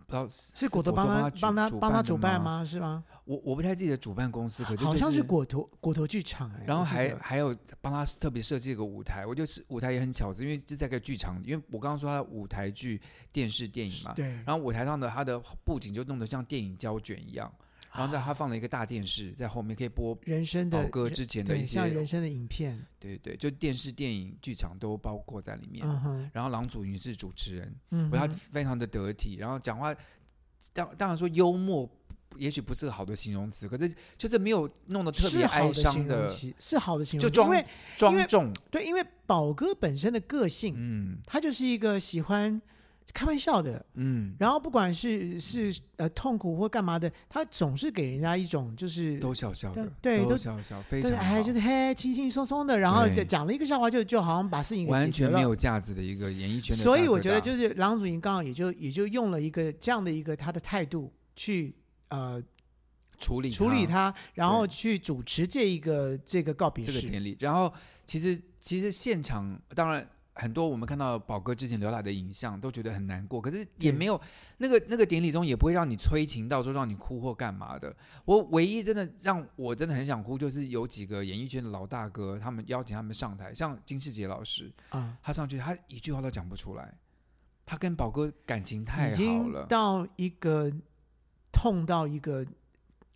S2: 不知道
S1: 是果陀
S2: 陀
S1: 帮他帮他帮他主办
S2: 的吗？
S1: 吗？是吗？
S2: 我我不太记得主办公司，可是、就是、
S1: 好像是果陀果陀剧场，哎
S2: 然后
S1: 我记
S2: 还
S1: 得
S2: 还有帮他特别设计一个舞台，我就是舞台也很巧思，因为就在个剧场，因为我刚刚说他舞台剧、电视、电影嘛，
S1: 对，
S2: 然后舞台上的他的布景就弄得像电影胶卷一样，然后在他放了一个大电视在后面，可以播
S1: 人生啊的
S2: 宝哥之前的
S1: 对
S2: 一些
S1: 像，人生的影片，
S2: 对对对，就电视、电影、剧场都包括在里面。
S1: 嗯哼，
S2: 然后郎祖云是主持人，
S1: 嗯
S2: 我他
S1: 哼，
S2: 非常的得体，然后讲话当当然说幽默，也许不是好的形容词，可是就是没有弄得特别
S1: 是好
S2: 哀
S1: 的
S2: 伤
S1: 形容
S2: 的
S1: 词，是好的形
S2: 就
S1: 容词，因
S2: 装
S1: 为
S2: 庄
S1: 因为
S2: 重，
S1: 对，因为宝哥本身的个性，
S2: 嗯。
S1: 他就是一个喜欢开玩笑的。
S2: 嗯，
S1: 然后不管是是呃痛苦或干嘛的，他总是给人家一种就是
S2: 都笑笑的，
S1: 对对
S2: 都
S1: 都
S2: 笑笑，非
S1: 但
S2: 常
S1: 是哎，
S2: 好
S1: 就是嘿，轻轻松松的，然后
S2: 对
S1: 就讲了一个笑话就，就好像把事情给
S2: 完
S1: 解决
S2: 全
S1: 了
S2: 没有架子的一个演艺圈的大哥大。
S1: 所以我觉得就是郎祖筠刚好也就也就用了一个这样的一个他的态度去呃
S2: 处理
S1: 处理他，然后
S2: 对
S1: 去主持这一个这个告别
S2: 这个
S1: 式。
S2: 典礼。然后其实其实现场当然很多我们看到宝哥之前留下的影像都觉得很难过，可是也
S1: 对
S2: 没有那个那个典礼中也不会让你催情到说让你哭或干嘛的。我唯一真的让我真的很想哭，就是有几个演艺圈的老大哥，他们邀请他们上台，像金世杰老师，
S1: 啊、
S2: 他上去他一句话都讲不出来，他跟宝哥感情太
S1: 已
S2: 好
S1: 经
S2: 了。
S1: 到一个痛到一个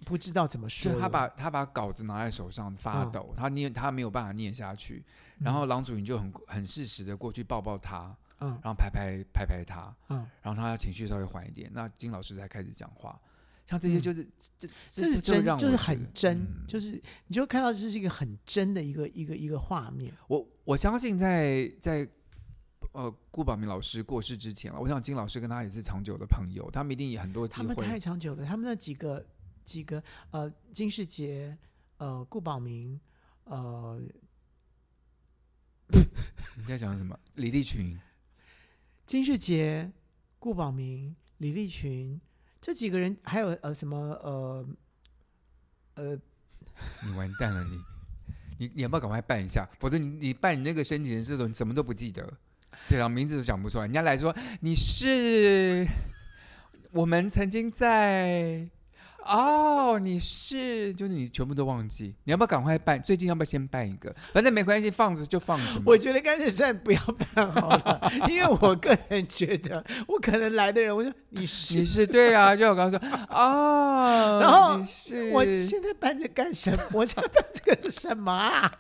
S1: 不知道怎么说
S2: 就
S1: 了。
S2: 他把他把稿子拿在手上发
S1: 嗯
S2: 抖，他念他没有办法念下去，然后郎祖筠就很很适时的过去抱抱他，
S1: 嗯
S2: 然后拍拍拍拍他，
S1: 嗯，
S2: 然后他情绪稍微缓一点，那金老师才开始讲话。像这些
S1: 嗯
S2: 就是、这这
S1: 这是
S2: 就
S1: 真，
S2: 让我
S1: 就是
S2: 觉得
S1: 很真，
S2: 嗯
S1: 就是你就看到这是一个很真的一个一个一个画面。
S2: 我我相信在在呃顾宝明老师过世之前了，我想金老师跟他也是长久的朋友，他们一定有很多机
S1: 他们太
S2: 会。
S1: 长久了，他们那几个几个呃，金世杰、呃，顾宝明、呃，
S2: 你在讲什么？李立群，
S1: 金世杰、顾宝明、李立群这几个人，还有呃什么呃呃，
S2: 你完蛋了你！你你要不要赶快办一下？否则你你办你那个申请人事的时候，你什么都不记得，对啊，名字都讲不出来。人家来说你是我们曾经在哦，你是就是你全部都忘记。你要不要赶快办？最近要不要先办一个？反正没关系，放着就放着嘛。
S1: 我觉得干脆现在不要办好了，因为我个人觉得，我可能来的人，我说你
S2: 你
S1: 是。
S2: 是对啊，就我刚刚说哦，
S1: 然后
S2: 你是
S1: 我现在办这干什么？我现在办这个是什么啊？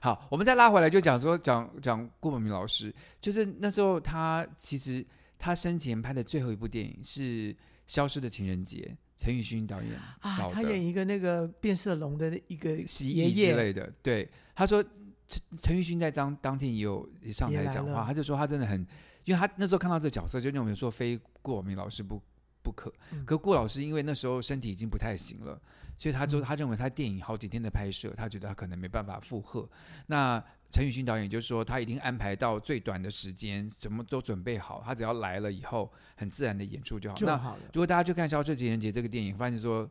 S2: 好，我们再拉回来就讲说讲讲顾本明老师，就是那时候他其实他生前拍的最后一部电影是《消失的情人节》，陈宇勋导演
S1: 啊，
S2: 导
S1: 他
S2: 的
S1: 演一个那个变色龙的一个
S2: 蜥
S1: 爷
S2: 蜴之
S1: 爷，
S2: 类的。对，他说陈陈宇勋在当当天也有也上
S1: 也
S2: 台
S1: 来
S2: 讲话，
S1: 了
S2: 他就说他真的很，因为他那时候看到这角色，就认为说非顾宝明老师不不可。
S1: 嗯
S2: 可顾老师因为那时候身体已经不太行了，所以他说
S1: 嗯
S2: 他认为他电影好几天的拍摄，他觉得他可能没办法负荷。那陈宇勋导演就说他已经安排到最短的时间，什么都准备好，他只要来了以后，很自然的演出就好。
S1: 就
S2: 那
S1: 好了。
S2: 如果大家去看《消失情人节》这个电影，发现说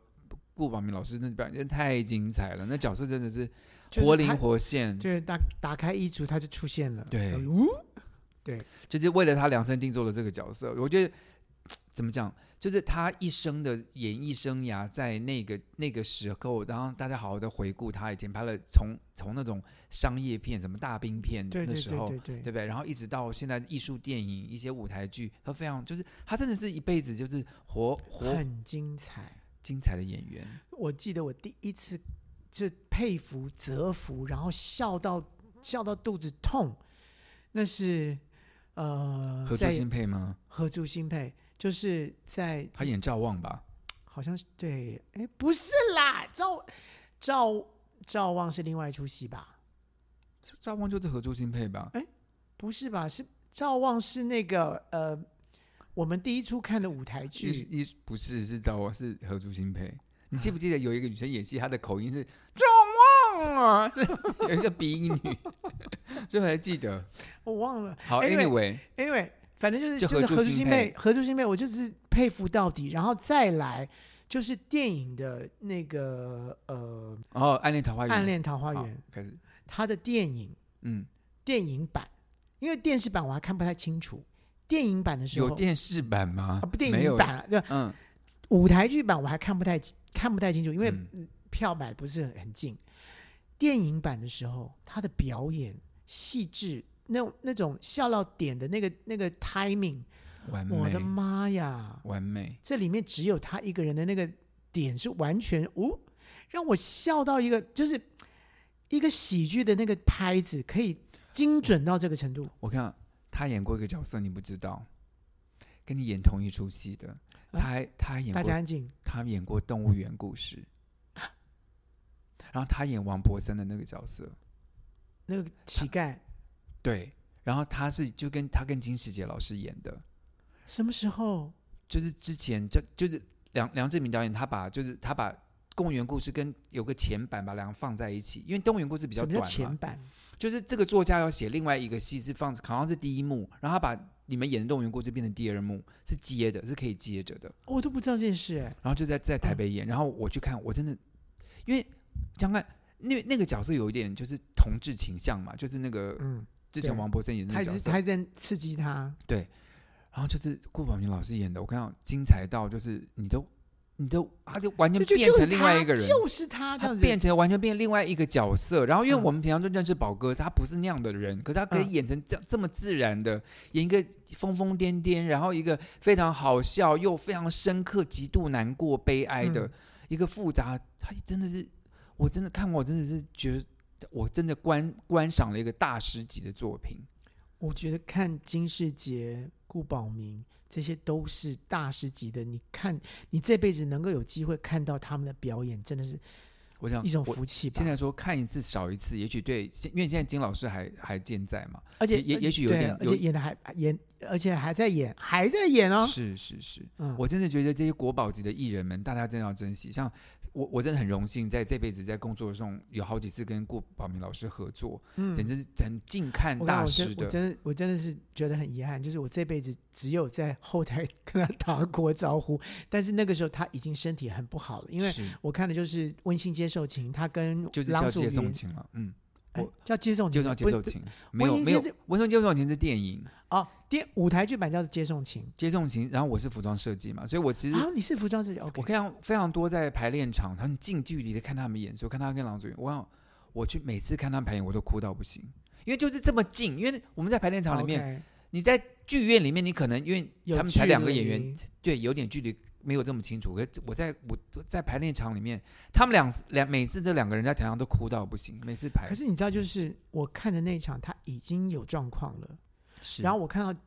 S2: 顾宝明老师那表演真的太精彩了，那角色真的是
S1: 就是
S2: 活灵
S1: 他
S2: 活现，
S1: 就是打打开衣橱，它就出现了。
S2: 对
S1: 呃呜
S2: 就是为了他量身定做的这个角色。我觉得怎么讲，就是他一生的演艺生涯，在那个那个时候，然后大家好好的回顾他以前拍了从从那种商业片、什么大兵片
S1: 对
S2: 那
S1: 对
S2: 时候，
S1: 对对对，
S2: 对不对？然后一直到现在艺术电影、一些舞台剧，他非常就是他真的是一辈子就是活活
S1: 很精彩。
S2: 精彩的演员。
S1: 我记得我第一次就佩服、折服，然后笑到笑到肚子痛，那是呃，
S2: 合作
S1: 在
S2: 新配吗？
S1: 合珠新配，就是在
S2: 他演赵望吧？
S1: 好像是对，哎，不是啦，赵赵赵望是另外一出戏吧？
S2: 赵望就是合作新配
S1: 嗯
S2: 吧？
S1: 不是吧？是赵望是那个呃，我们第一出看的舞台
S2: 一
S1: 剧。
S2: 一不是是赵望是合作新配。你记不记得有一个女生演戏，她的口音是赵望啊，是有一个鼻音女，所以我还记得。
S1: 我忘了。
S2: 好
S1: Anyway，
S2: ，anyway，
S1: Anyway，反正就是
S2: 就
S1: 就是
S2: 合
S1: 合
S2: 住
S1: 住
S2: 心
S1: 心
S2: 配
S1: 妹，合住心妹，我就是佩服到底，然后再来就是电影的那个呃
S2: 然后哦暗恋桃花
S1: 《
S2: 源，
S1: 暗恋桃花
S2: 桃
S1: 源》
S2: 开始，
S1: 它的电影
S2: 嗯，
S1: 电影版，因为电视版我还看不太清楚，电影版的时候
S2: 有电视版吗
S1: 啊？不电
S2: 没有
S1: 影，版对
S2: 嗯，
S1: 舞台剧版我还看不太清看不太清楚，因为
S2: 嗯
S1: 票买不是很很近。电影版的时候，他的表演细致，那种那种笑到点的那个那个 timing，
S2: 完
S1: 我的
S2: 美，
S1: 妈呀！
S2: 完美。
S1: 这里面只有他一个人的那个点是完全哦，让我笑到一个就是一个喜剧的那个拍子可以精准到这个程度。
S2: 我看他演过一个角色，你不知道，跟你演同一出戏的，他还他还演
S1: 啊大
S2: 过
S1: 家安静，
S2: 他演过《动物园故事》，然后他演王柏森的那个角色，
S1: 那个乞丐
S2: 对，然后他是就跟他跟金世杰老师演的，
S1: 什么时候？
S2: 就是之前就就是梁梁志明导演他把就是他把公园故事跟有个前版把两个放在一起，因为动物园故事比较
S1: 什么
S2: 短
S1: 叫
S2: 嘛，
S1: 前版？
S2: 就是这个作家要写另外一个戏是放好像是第一幕，然后他把你们演的动物园故事变成第二幕，是接的，是可以接着的。
S1: 我都不知道这件事哎。
S2: 然后就在在台北演，然后我去看，我真的因为想想看，那那个角色有一点就是同志倾向嘛，就是那个
S1: 嗯，
S2: 之前
S1: 对
S2: 王博森演的
S1: 他
S2: 那
S1: 一
S2: 个角
S1: 直
S2: 色
S1: 他，一直在刺激他，
S2: 然后就是顾宝明老师演的，我看到精彩到就是你都你都他就完
S1: 就
S2: 全
S1: 就
S2: 变
S1: 就是
S2: 成另外一
S1: 他
S2: 个人。
S1: 就是他这
S2: 他
S1: 样子。
S2: 变成完全变另外一个角色，然后因
S1: 嗯
S2: 为我们平常就认识宝哥，他不是那样的人，可是他可以
S1: 嗯
S2: 演成这样这么自然的，演一个疯疯癫癫，然后一个非常好笑又非常深刻、极度难过、悲哀的、
S1: 嗯
S2: 一个复杂，他真的是，我真的看我真的是觉得，我真的观观赏了一个大师级的作品。
S1: 我觉得看金世杰、顾宝明这些都是大师级的，你看你这辈子能够有机会看到他们的表演，真的是
S2: 我想
S1: 一种
S2: 啊我
S1: 福气吧
S2: 现。在说看一次少一次，也许对，现因为现在金老师还还健在嘛，
S1: 而且呃
S2: 也也也许有
S1: 对
S2: 点
S1: 而
S2: 有
S1: 且演的还演，而且还在演，还在演哦。
S2: 是是是，
S1: 嗯
S2: 我真的觉得这些国宝级的艺人们，大家真的要珍惜。像我，我真的很荣幸，在这辈子在工作中有好几次跟顾宝明老师合作，
S1: 嗯
S2: 简直是很近看
S1: 我
S2: 大
S1: 告诉
S2: 师
S1: 你我
S2: 的。
S1: 真我真的我真的是觉得很遗憾，就是我这辈子只有在后台 跟他打过招呼，但是那个时候他已经身体很不好了，因为
S2: 是
S1: 我看的就是《温馨接受情》，他跟
S2: 就是
S1: 郎
S2: 叫
S1: 祖
S2: 接送
S1: 云
S2: 情了，嗯，
S1: 哎
S2: 我
S1: 叫接送
S2: 就
S1: 情
S2: 叫
S1: 吗，
S2: 接送
S1: 不是
S2: 情，没有
S1: 温馨
S2: 没有
S1: 接，
S2: 我说接送情是电影，
S1: 哦，电舞台剧版叫做接送情。
S2: 接送情，然后我是服装设计嘛，所以我其实
S1: 啊，你是服装设计
S2: 我
S1: ，OK，
S2: 看到非常多在排练场，他们近距离的看他们演出，看他跟郎祖筠，我想我去每次看他们排演，我都哭到不行，因为就是这么近，因为我们在排练场里面。
S1: OK，
S2: 你在剧院里面，你可能因为
S1: 有
S2: 他们才
S1: 距
S2: 两个演员
S1: 离，，
S2: 对，有点距离，没有这么清楚。可是我在我在排练场里面，他们两两每次这两个人在台上都哭到不行，每次排
S1: 可是你知
S2: 嗯
S1: 道，就是我看的那一场，他已经有状况了，
S2: 是
S1: 然后我看到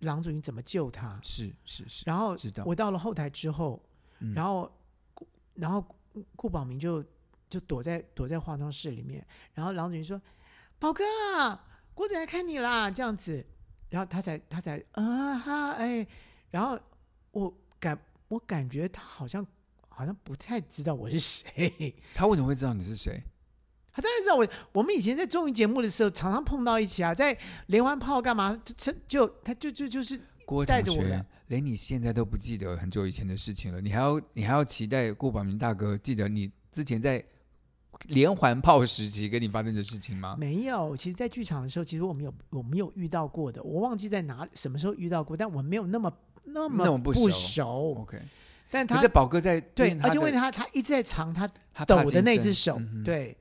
S1: 郎祖云怎么救他，
S2: 是是是，
S1: 然后
S2: 知道
S1: 我到了后台之后，
S2: 嗯
S1: 然后顾然后顾顾宝明就就躲在躲在化妆室里面，然后郎祖云说：“宝哥，啊郭子来看你啦。”这样子，然后他才他才啊哈哎，然后我感我感觉他好像好像不太知道我是谁。
S2: 他为什么会知道你是谁？
S1: 他当然知道我。我们以前在综艺节目的时候，常常碰到一起啊，在连环炮干嘛？就就他就就就是
S2: 郭
S1: 带
S2: 同
S1: 着我
S2: 学
S1: 的，
S2: 连你现在都不记得很久以前的事情了，你还要你还要期待顾宝明大哥记得你之前在连环炮时期跟你发生的事情吗？
S1: 没有，其实，在剧场的时候，其实我们有我们有遇到过的，我忘记在哪什么时候遇到过，但我没有那么那么
S2: 那么不
S1: 不
S2: 熟
S1: 熟
S2: OK，
S1: 但
S2: 可
S1: 他
S2: 是宝哥在
S1: 对，而且
S2: 为
S1: 问他，他一直在藏他
S2: 他
S1: 抖的那只
S2: 只
S1: 手，对，
S2: 嗯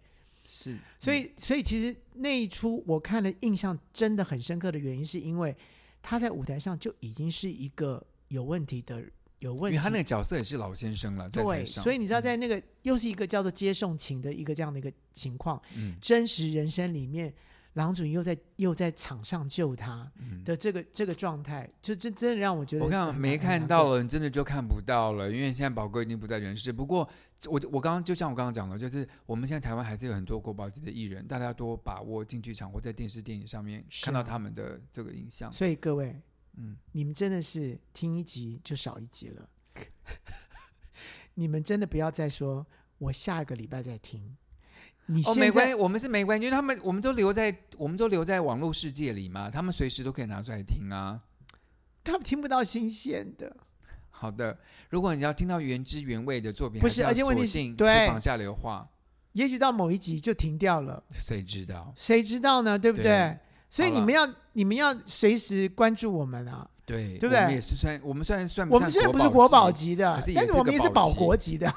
S2: 是，
S1: 所
S2: 嗯
S1: 以所以其实那一出我看了印象真的很深刻的原因，是因为他在舞台上就已经是一个有问题的有问
S2: 因
S1: 题
S2: 为他那个角色也是老先生了，在台
S1: 对，
S2: 上，
S1: 所以你知道，
S2: 嗯
S1: 在那个、又是一个叫做接送情的一个这样的一个情况，
S2: 嗯
S1: 真实人生里面，郎主又在又在场上救他的这个、这个状态，就这真的让我觉得
S2: 嗯我看
S1: 很
S2: 没
S1: 难
S2: 看到，
S1: 很难过
S2: 了，你真的就看不到了，因为现在宝哥已经不在人世。不过，我我刚刚就像我刚刚讲的，就是我们现在台湾还是有很多国宝级的艺人，大家多把握进剧场或在电视电影上面
S1: 是
S2: 看到
S1: 啊
S2: 他们的这个影像。
S1: 所以各位，
S2: 嗯，
S1: 你们真的是听一集就少一集了，你们真的不要再说我下个礼拜再听，你
S2: 哦，没
S1: 现
S2: 关
S1: 在、
S2: 系，我们是没关系，因为他们我们都留在我们都留在网络世界里嘛，他们随时都可以拿出来听啊。
S1: 他们听不到新鲜的，
S2: 好的，如果你要听到原汁原味的作品，
S1: 不
S2: 还
S1: 是
S2: 要
S1: 而且问
S2: 锁
S1: 题是
S2: 定私
S1: 对
S2: 房下流话，
S1: 也许到某一集就停掉了。
S2: 谁知道？
S1: 谁知道呢？对不对？
S2: 对
S1: 所以
S2: 好
S1: 你
S2: 了
S1: 们要你们要随时关注我们啊！
S2: 对，
S1: 对不
S2: 我们
S1: 对
S2: 也是算，我们虽然算
S1: 我们虽然不是国宝级的
S2: 可是，也
S1: 但
S2: 是
S1: 我
S2: 个
S1: 们也是
S2: 宝
S1: 保
S2: 啊
S1: 国级的。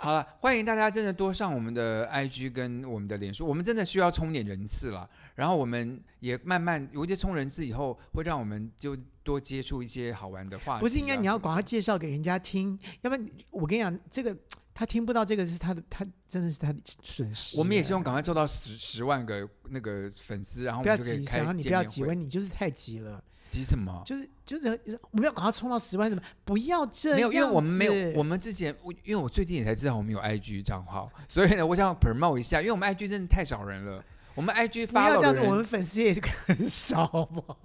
S2: 好了，欢迎大家真的多上我们的 IG 跟我们的脸书，我们真的需要冲点人次了。然后我们也慢慢，有一些冲人次以后，会让我们就多接触一些好玩的话题啊。
S1: 不是应该你要
S2: 什么
S1: 赶快介绍给人家听，要不然我跟你讲，这个他听不到这个是他的，他真的是他的损失欸。
S2: 我们也希望赶快做到十十万个那个粉丝，然后我
S1: 不要
S2: 们就可以
S1: 急，
S2: 开
S1: 想要你
S2: 见
S1: 不要
S2: 面
S1: 急，
S2: 会
S1: 问你就是太急了，
S2: 急什么？
S1: 就是就是我们要赶快冲到十万什么，不要这样
S2: 没有，因为我们没
S1: 子
S2: 有，我们之前，我因为我最近也才知道我们有 IG 账号，所以呢，我想 promote 一下，因为我们 IG 真的太少人了，我们 IG
S1: 不要这
S2: follow 的
S1: 样子，我
S2: 人
S1: 们粉丝也很少，好不好？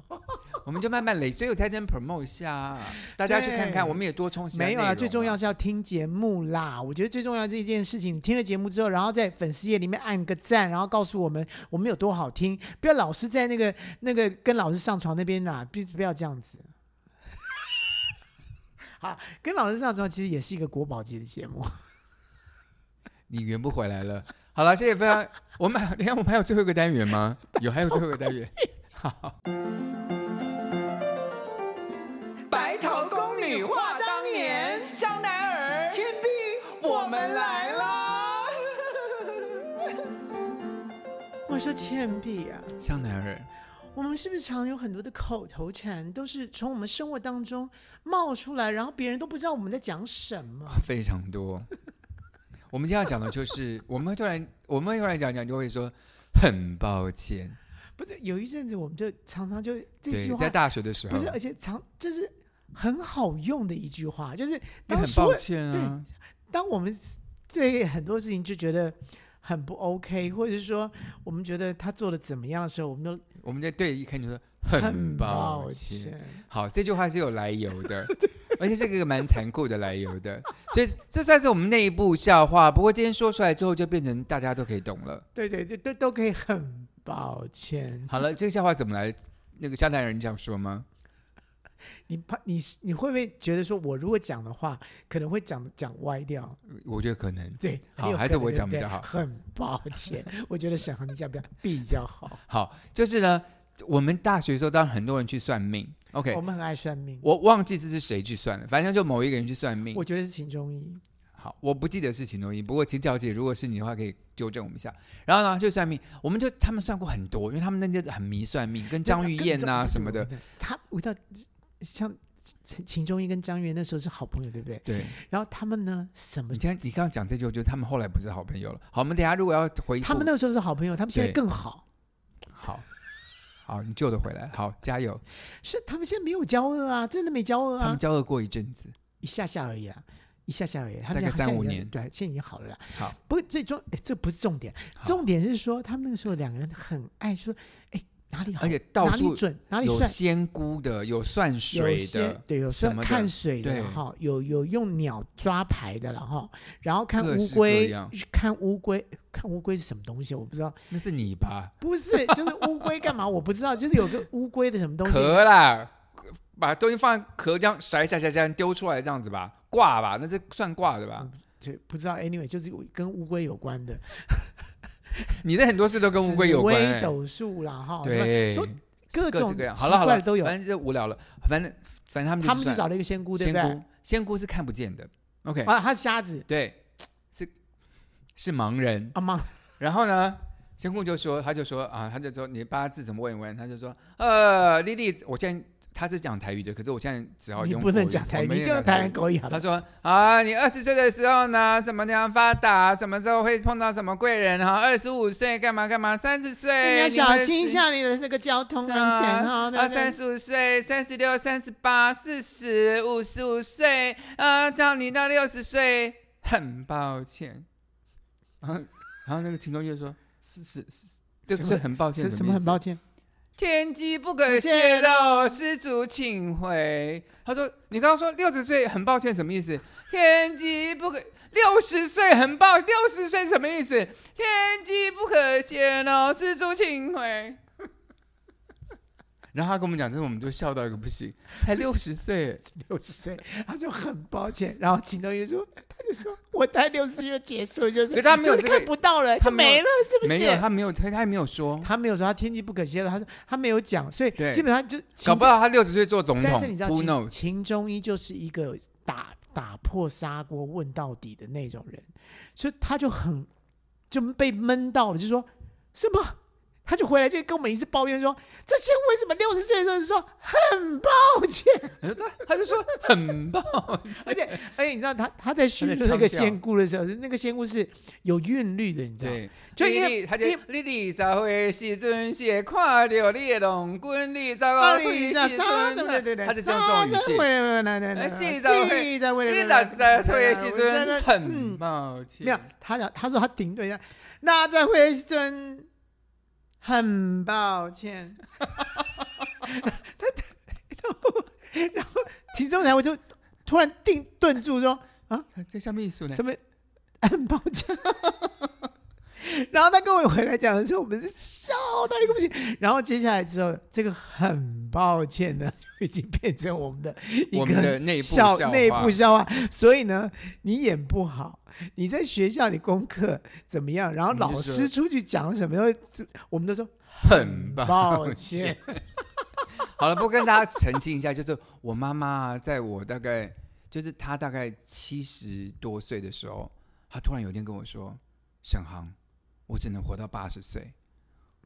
S2: 我们就慢慢累，所以我才能 promote 一下，啊大家去看看，
S1: 对
S2: 我们也多充实。
S1: 没有啦，最重要。是要听节目啦。我觉得最重要这一件事情，你听了节目之后，然后在粉丝页里面按个赞，然后告诉我们我们有多好听，不要老是在那个那个跟老师上床那边啦，必不要这样子。 好，跟老师上床其实也是一个国宝级的节目。
S2: 你圆不回来了。好了，谢谢非 常。我们等一下我们还有最后一个单元吗？有，还有最后一个单元。好，
S3: 白头宫女话当年，香奈儿、倩碧，我们来啦！
S1: 我说倩碧啊，
S2: 香奈儿，
S1: 我们是不是常有很多的口头禅都是从我们生活当中冒出来，然后别人都不知道我们在讲什么？
S2: 非常多。我们今天要讲的就是， 我们会突然，我们会突然讲讲，就会说很抱歉。
S1: 不是，有一阵子我们就常常就这句
S2: 对，
S1: 话啊
S2: 在大学的时候，
S1: 不是，呃而且常就是很好用的一句话，就是
S2: 你
S1: 当
S2: 很
S1: 说
S2: 抱歉啊。
S1: 当我们对很多事情就觉得很不 OK，或者是说我们觉得他做的怎么样的时候，我们都
S2: 我们在对一看就说
S1: 很
S2: 很
S1: 抱
S2: 抱歉。。好，这句话是有来由的， 而且是一个蛮残酷的来由的，所以这算是我们内部笑话。不过今天说出来之后，就变成大家都可以懂了。
S1: 对对对，都都可以很抱歉。
S2: 好了，这个笑话怎么来？那个江南人这样说吗？
S1: 你怕你你会不会觉得说我如果讲的话，可能会讲讲歪掉？
S2: 我觉得可能
S1: 对，
S2: 好
S1: 很有
S2: 还是
S1: 可能
S2: 我
S1: 对
S2: 讲
S1: 不
S2: 比
S1: 对
S2: 较好
S1: 很抱歉，我觉得沈航你讲比较比较好。
S2: 好，就是呢，我们大学的时候，当然很多人去算命。OK，
S1: 我们很爱算命，
S2: 我忘记这是谁去算了，反正就某一个人去算命
S1: 我。觉得是秦中医。
S2: 好，我不记得是秦东医，不过秦小姐，如果是你的话，可以纠正我们一下。然后呢，就算命，我们就他们算过很多，因为他们那些很迷算命，跟张玉燕啊什么的。，
S1: 他我到像秦秦中医跟张玉燕那时候是好朋友，对不对？
S2: 对，
S1: 然后他们呢，什么
S2: 你？看，你刚刚讲这句，我觉得他们后来不是好朋友了。好，我们等一下如果要回
S1: 他们那
S2: 的
S1: 个时候是好朋友，他们现在
S2: 对
S1: 更好。
S2: 好，好，你救得回来，好，加油。
S1: 是他们现在没有交恶啊，真的没交恶
S2: 他
S1: 啊
S2: 们，交恶过一阵子，
S1: 一下下而已啊，一下下而已。他
S2: 大
S1: 们
S2: 概
S1: 现在
S2: 三五
S1: 现在
S2: 年
S1: 对，现在已经好了啦。
S2: 好，
S1: 不过最重，哎，这不是重点，
S2: 好
S1: 重点是说他们那个时候两个人很爱说，哎，哪里好，
S2: 而且到
S1: 哪里
S2: 处
S1: 准，哪里
S2: 有
S1: 算。
S2: 仙姑的，有算
S1: 有
S2: 水
S1: 些
S2: 的，
S1: 对，有时
S2: 什
S1: 候
S2: 么的
S1: 看水的
S2: 对
S1: 啦哈，有有用鸟抓牌的了哈，然后看
S2: 各
S1: 乌
S2: 式各
S1: 龟
S2: 样，
S1: 看乌龟，看乌龟是什么东西我不知道，
S2: 那是你吧？
S1: 不是 就是乌龟干嘛我不知道，就是有个乌龟的什么东西，
S2: 壳啦，把东西放在壳这样甩甩甩甩丢出来这样子吧，挂吧，那这算挂的吧？
S1: 就不知道 anyway 就是有跟乌龟有关的，
S2: 你的很多事都跟乌龟有关、
S1: 紫微
S2: 欸，
S1: 斗数啦哈，什么
S2: 对
S1: 说，各
S2: 各式
S1: 种
S2: 各样。
S1: 奇
S2: 好了好
S1: 怪
S2: 了，
S1: 的都有，
S2: 反正就无聊了，反正反正他们
S1: 他们就
S2: 算
S1: 找了一个仙姑，对不
S2: 仙
S1: 对？
S2: 姑，仙姑是看不见的，OK，、
S1: 啊，他是瞎子
S2: 对，是是盲人。
S1: 啊妈，
S2: 然后呢，仙姑就说，他就说啊，他就说你八字怎么问一问，他就说呃，丽丽，我现在他是讲台语的，可是我现在只好
S1: 你
S2: 用
S1: 不能
S2: 国语
S1: 讲台
S2: 我
S1: 语，
S2: 没
S1: 你
S2: 有
S1: 就用
S2: 讲
S1: 台
S2: 语
S1: 湾口音好
S2: 他
S1: 了。
S2: 说啊，你二十岁的时候呢，什么地方发达，什么时候会碰到什么贵人哈？二十五岁干嘛干嘛，三十
S1: 你
S2: 岁
S1: 要小心一
S2: 哎你会
S1: 下你的那个交通安全哈，
S2: 啊
S1: 对
S2: 啊，
S1: 不对
S2: 三十五岁、三十六、三十八、四十五、十五岁，啊，到你到六十岁，很抱歉。然后，然后那个秦钟就说：“是是是，对不
S1: 什
S2: 对？
S1: 么
S2: 很抱歉，
S1: 什什么很抱
S2: 歉。”
S1: 歉，
S2: 天机不可泄露，施主请回。他说：“你刚刚说六十岁很抱歉，什么意思？天机不可六十岁很抱六十岁什么意思？天机不可泄露，施主请回。” 然后他跟我们讲这个，我们就笑到一个不行，才六十岁，
S1: 六十岁，他说很抱歉，然后秦东云说，他就说我待六十就结束，就是
S2: 可他没有
S1: 就是
S2: 这个
S1: 看不到了，就
S2: 他没有
S1: 没了，是不是？
S2: 没有，他没有，他他也没有说，
S1: 他没有说他天机不可泄露，他说他没有讲，所以
S2: 对
S1: 基本上就
S2: 搞不
S1: 好。
S2: 好他六十岁做总统
S1: 但是你知道，
S2: ，Who
S1: 秦
S2: knows？
S1: 秦中医就是一个打打破砂锅问到底的那种人，所以他就很就被闷到了，就说什么。他就回来就跟我们一直抱怨说：“这些为什么六十岁的时候就说很抱歉？”
S2: 他就说很抱
S1: 而且而且你知道他他在叙
S2: 他在
S1: 述那
S2: 唱
S1: 个
S2: 调
S1: 仙姑的时候，那个仙姑是有韵律的，你知道吗？
S2: 对，
S1: 就
S2: 你
S1: 因为
S2: 你他就
S1: 因
S2: 你你十岁时阵是会看到你的郎君，你十
S1: 啊
S2: 五
S1: 你
S2: 岁
S1: 那
S2: 时
S1: 啥怎么
S2: 阵
S1: 对对，
S2: 他是这样这种语气。
S1: 气
S2: 是的，
S1: 是的，为了
S2: 你
S1: 为
S2: 六
S1: 了
S2: 十岁时
S1: 为了
S2: 阵很
S1: 嗯
S2: 抱歉。
S1: 没有，他讲他说他停顿一下，那再会是 真很抱歉，他听众台我就突然定顿住说
S2: 这下面数呢？
S1: 什么 暗包浆。 然后他跟我回来讲的时候，我们笑到一个不行。然后接下来之后，这个很抱歉呢，就已经变成我们的一
S2: 我
S1: 个
S2: 们的内部
S1: 笑
S2: 笑
S1: 内
S2: 话
S1: 部笑话。所以呢，你演不好，你在学校里功课怎么样？然后
S2: 我们就
S1: 老
S2: 说
S1: 师出去讲什么，我们都说
S2: 很棒。
S1: 抱歉。
S2: 好了，不过跟大家澄清一下，就是我妈妈在我大概就是她大概七十多岁的时候，她突然有一天跟我说：“沈航，我只能活到八十岁。”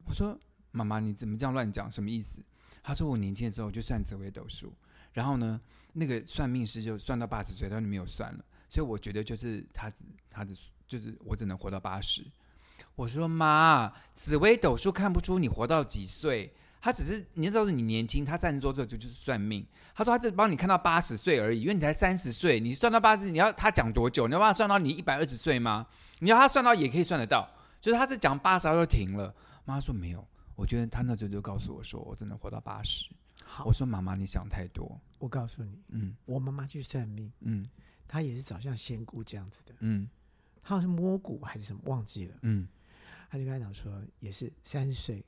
S2: 我说：“妈妈，你怎么这样乱讲？什么意思？”她说：“我年轻的时候就算紫微斗数，然后呢，那个算命师就算到八十岁，但你没有算了，所以我觉得就是他只他只就是我只能活到八十。”我说：“妈，紫微斗数看不出你活到几岁。”他只是你那时候你年轻，他三十多岁就就是算命。他说他只帮你看到八十岁而已，因为你才三十岁，你算到八十，你要他讲多久？你要帮他算到你一百二十岁吗？你要他算到也可以算得到，就是他是讲八十他就停了。妈说没有，我觉得他那时候就告诉我说，我只能活到八十。
S1: 好
S2: 我，说妈妈，你想太多。
S1: 我告诉你，
S2: 嗯
S1: 我妈妈去算命，
S2: 嗯
S1: 她也是找像仙姑这样子的，
S2: 嗯
S1: 她好像摸骨还是什么忘记了。
S2: 嗯
S1: 他就跟他讲说，也是三十岁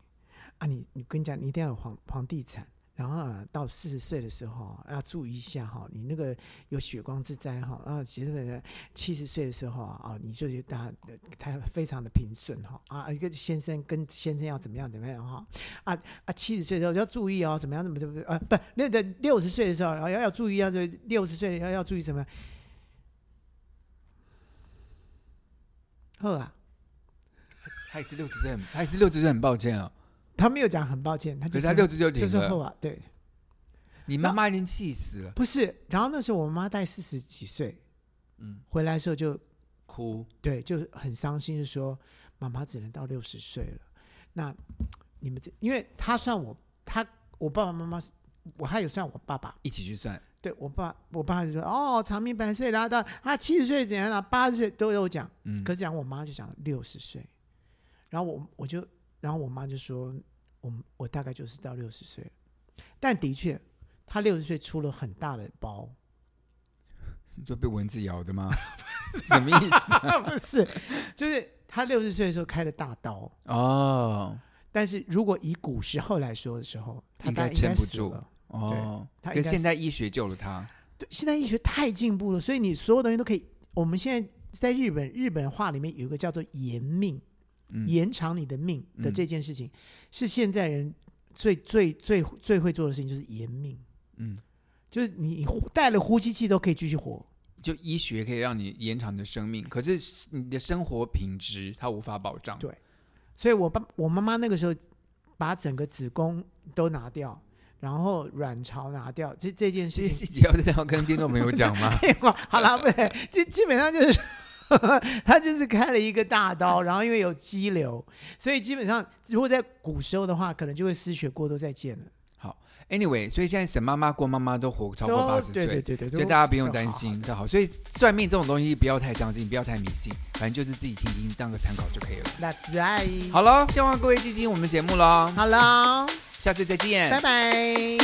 S1: 啊你，你跟你讲，你一定要有房房地产，然后、啊、到四十岁的时候啊要注意一下哈、你那个有血光之灾哈、然后其实七十岁的时候啊，啊你就是他他非常的平顺哈、啊，一个先生跟先生要怎么样怎么样哈、啊啊七十岁的时候要注意哦，怎么样怎么怎么啊不那个六十岁的时候，然后要要注意要六十岁要要注意什么。好啊，
S2: 他也是六十岁很，他也是六十岁，很抱歉啊、
S1: 他没有讲很抱歉，他
S2: 可
S1: 就是是
S2: 他六十就停
S1: 就是后
S2: 了，
S1: 啊，对，
S2: 你妈妈已经气死了，
S1: 不是。然后那时候我妈大概四十几岁，
S2: 嗯，
S1: 回来的时候就
S2: 哭。
S1: 对，就很伤心，就说妈妈只能到六十岁了。那你们这，因为她算我，她我爸爸妈妈是，我还有算我爸爸，
S2: 一起去算，
S1: 对我爸，我爸就说哦，长命百岁，然后到他七十岁怎样啦，八十岁都有讲，
S2: 嗯
S1: 可是讲我妈就讲六十岁，然后我我就，然后我妈就说，我我大概就是到六十岁了，但的确，她六十岁出了很大的包，
S2: 就被蚊子咬的吗？ 什么意思、啊？
S1: 不是，就是她六十岁的时候开了大刀，
S2: 哦
S1: 但是如果以古时候来说的时候，她
S2: 应
S1: 大
S2: 该
S1: 概应该
S2: 撑不
S1: 死
S2: 住
S1: 了
S2: 哦，
S1: 他
S2: 跟
S1: 应该
S2: 现
S1: 是
S2: 代医学救了他。
S1: 对，现在医学太进步了，所以你所有东西都可以。我们现在在日本，日本话里面有一个叫做“延命”，
S2: 嗯
S1: 延长你的命的这件事情，是现在人最最最最会做的事情，就是延命。
S2: 嗯，
S1: 就是你你呼带了呼吸器都可以继续活。
S2: 就医学可以让你延长你的生命，可是你的生活品质它无法保障。
S1: 对所以我爸我妈妈那个时候把整个子宫都拿掉，然后卵巢拿掉，这这件事
S2: 这
S1: 情
S2: 些细 节要是要跟听众朋友讲 吗？
S1: 废话，哎好啦，不对，基基本上就是 他就是开了一个大刀，然后因为有肌瘤，所以基本上如果在古时候的话，可能就会失血过多再见了。
S2: Anyway，所以现在沈妈妈、郭妈妈都活超过
S1: 都
S2: 八十岁，
S1: 对对对对，
S2: 所以
S1: 都
S2: 大家不用担
S1: 好
S2: 心，
S1: 好
S2: 都好。所以算命这种东西不要太相信，不要太迷信，反正就是自己听听当个参考就可以了。
S1: That's right。
S2: 好了，希望各位继续听我们的节目喽，
S1: 好了，
S2: 下次再见，
S1: 拜拜。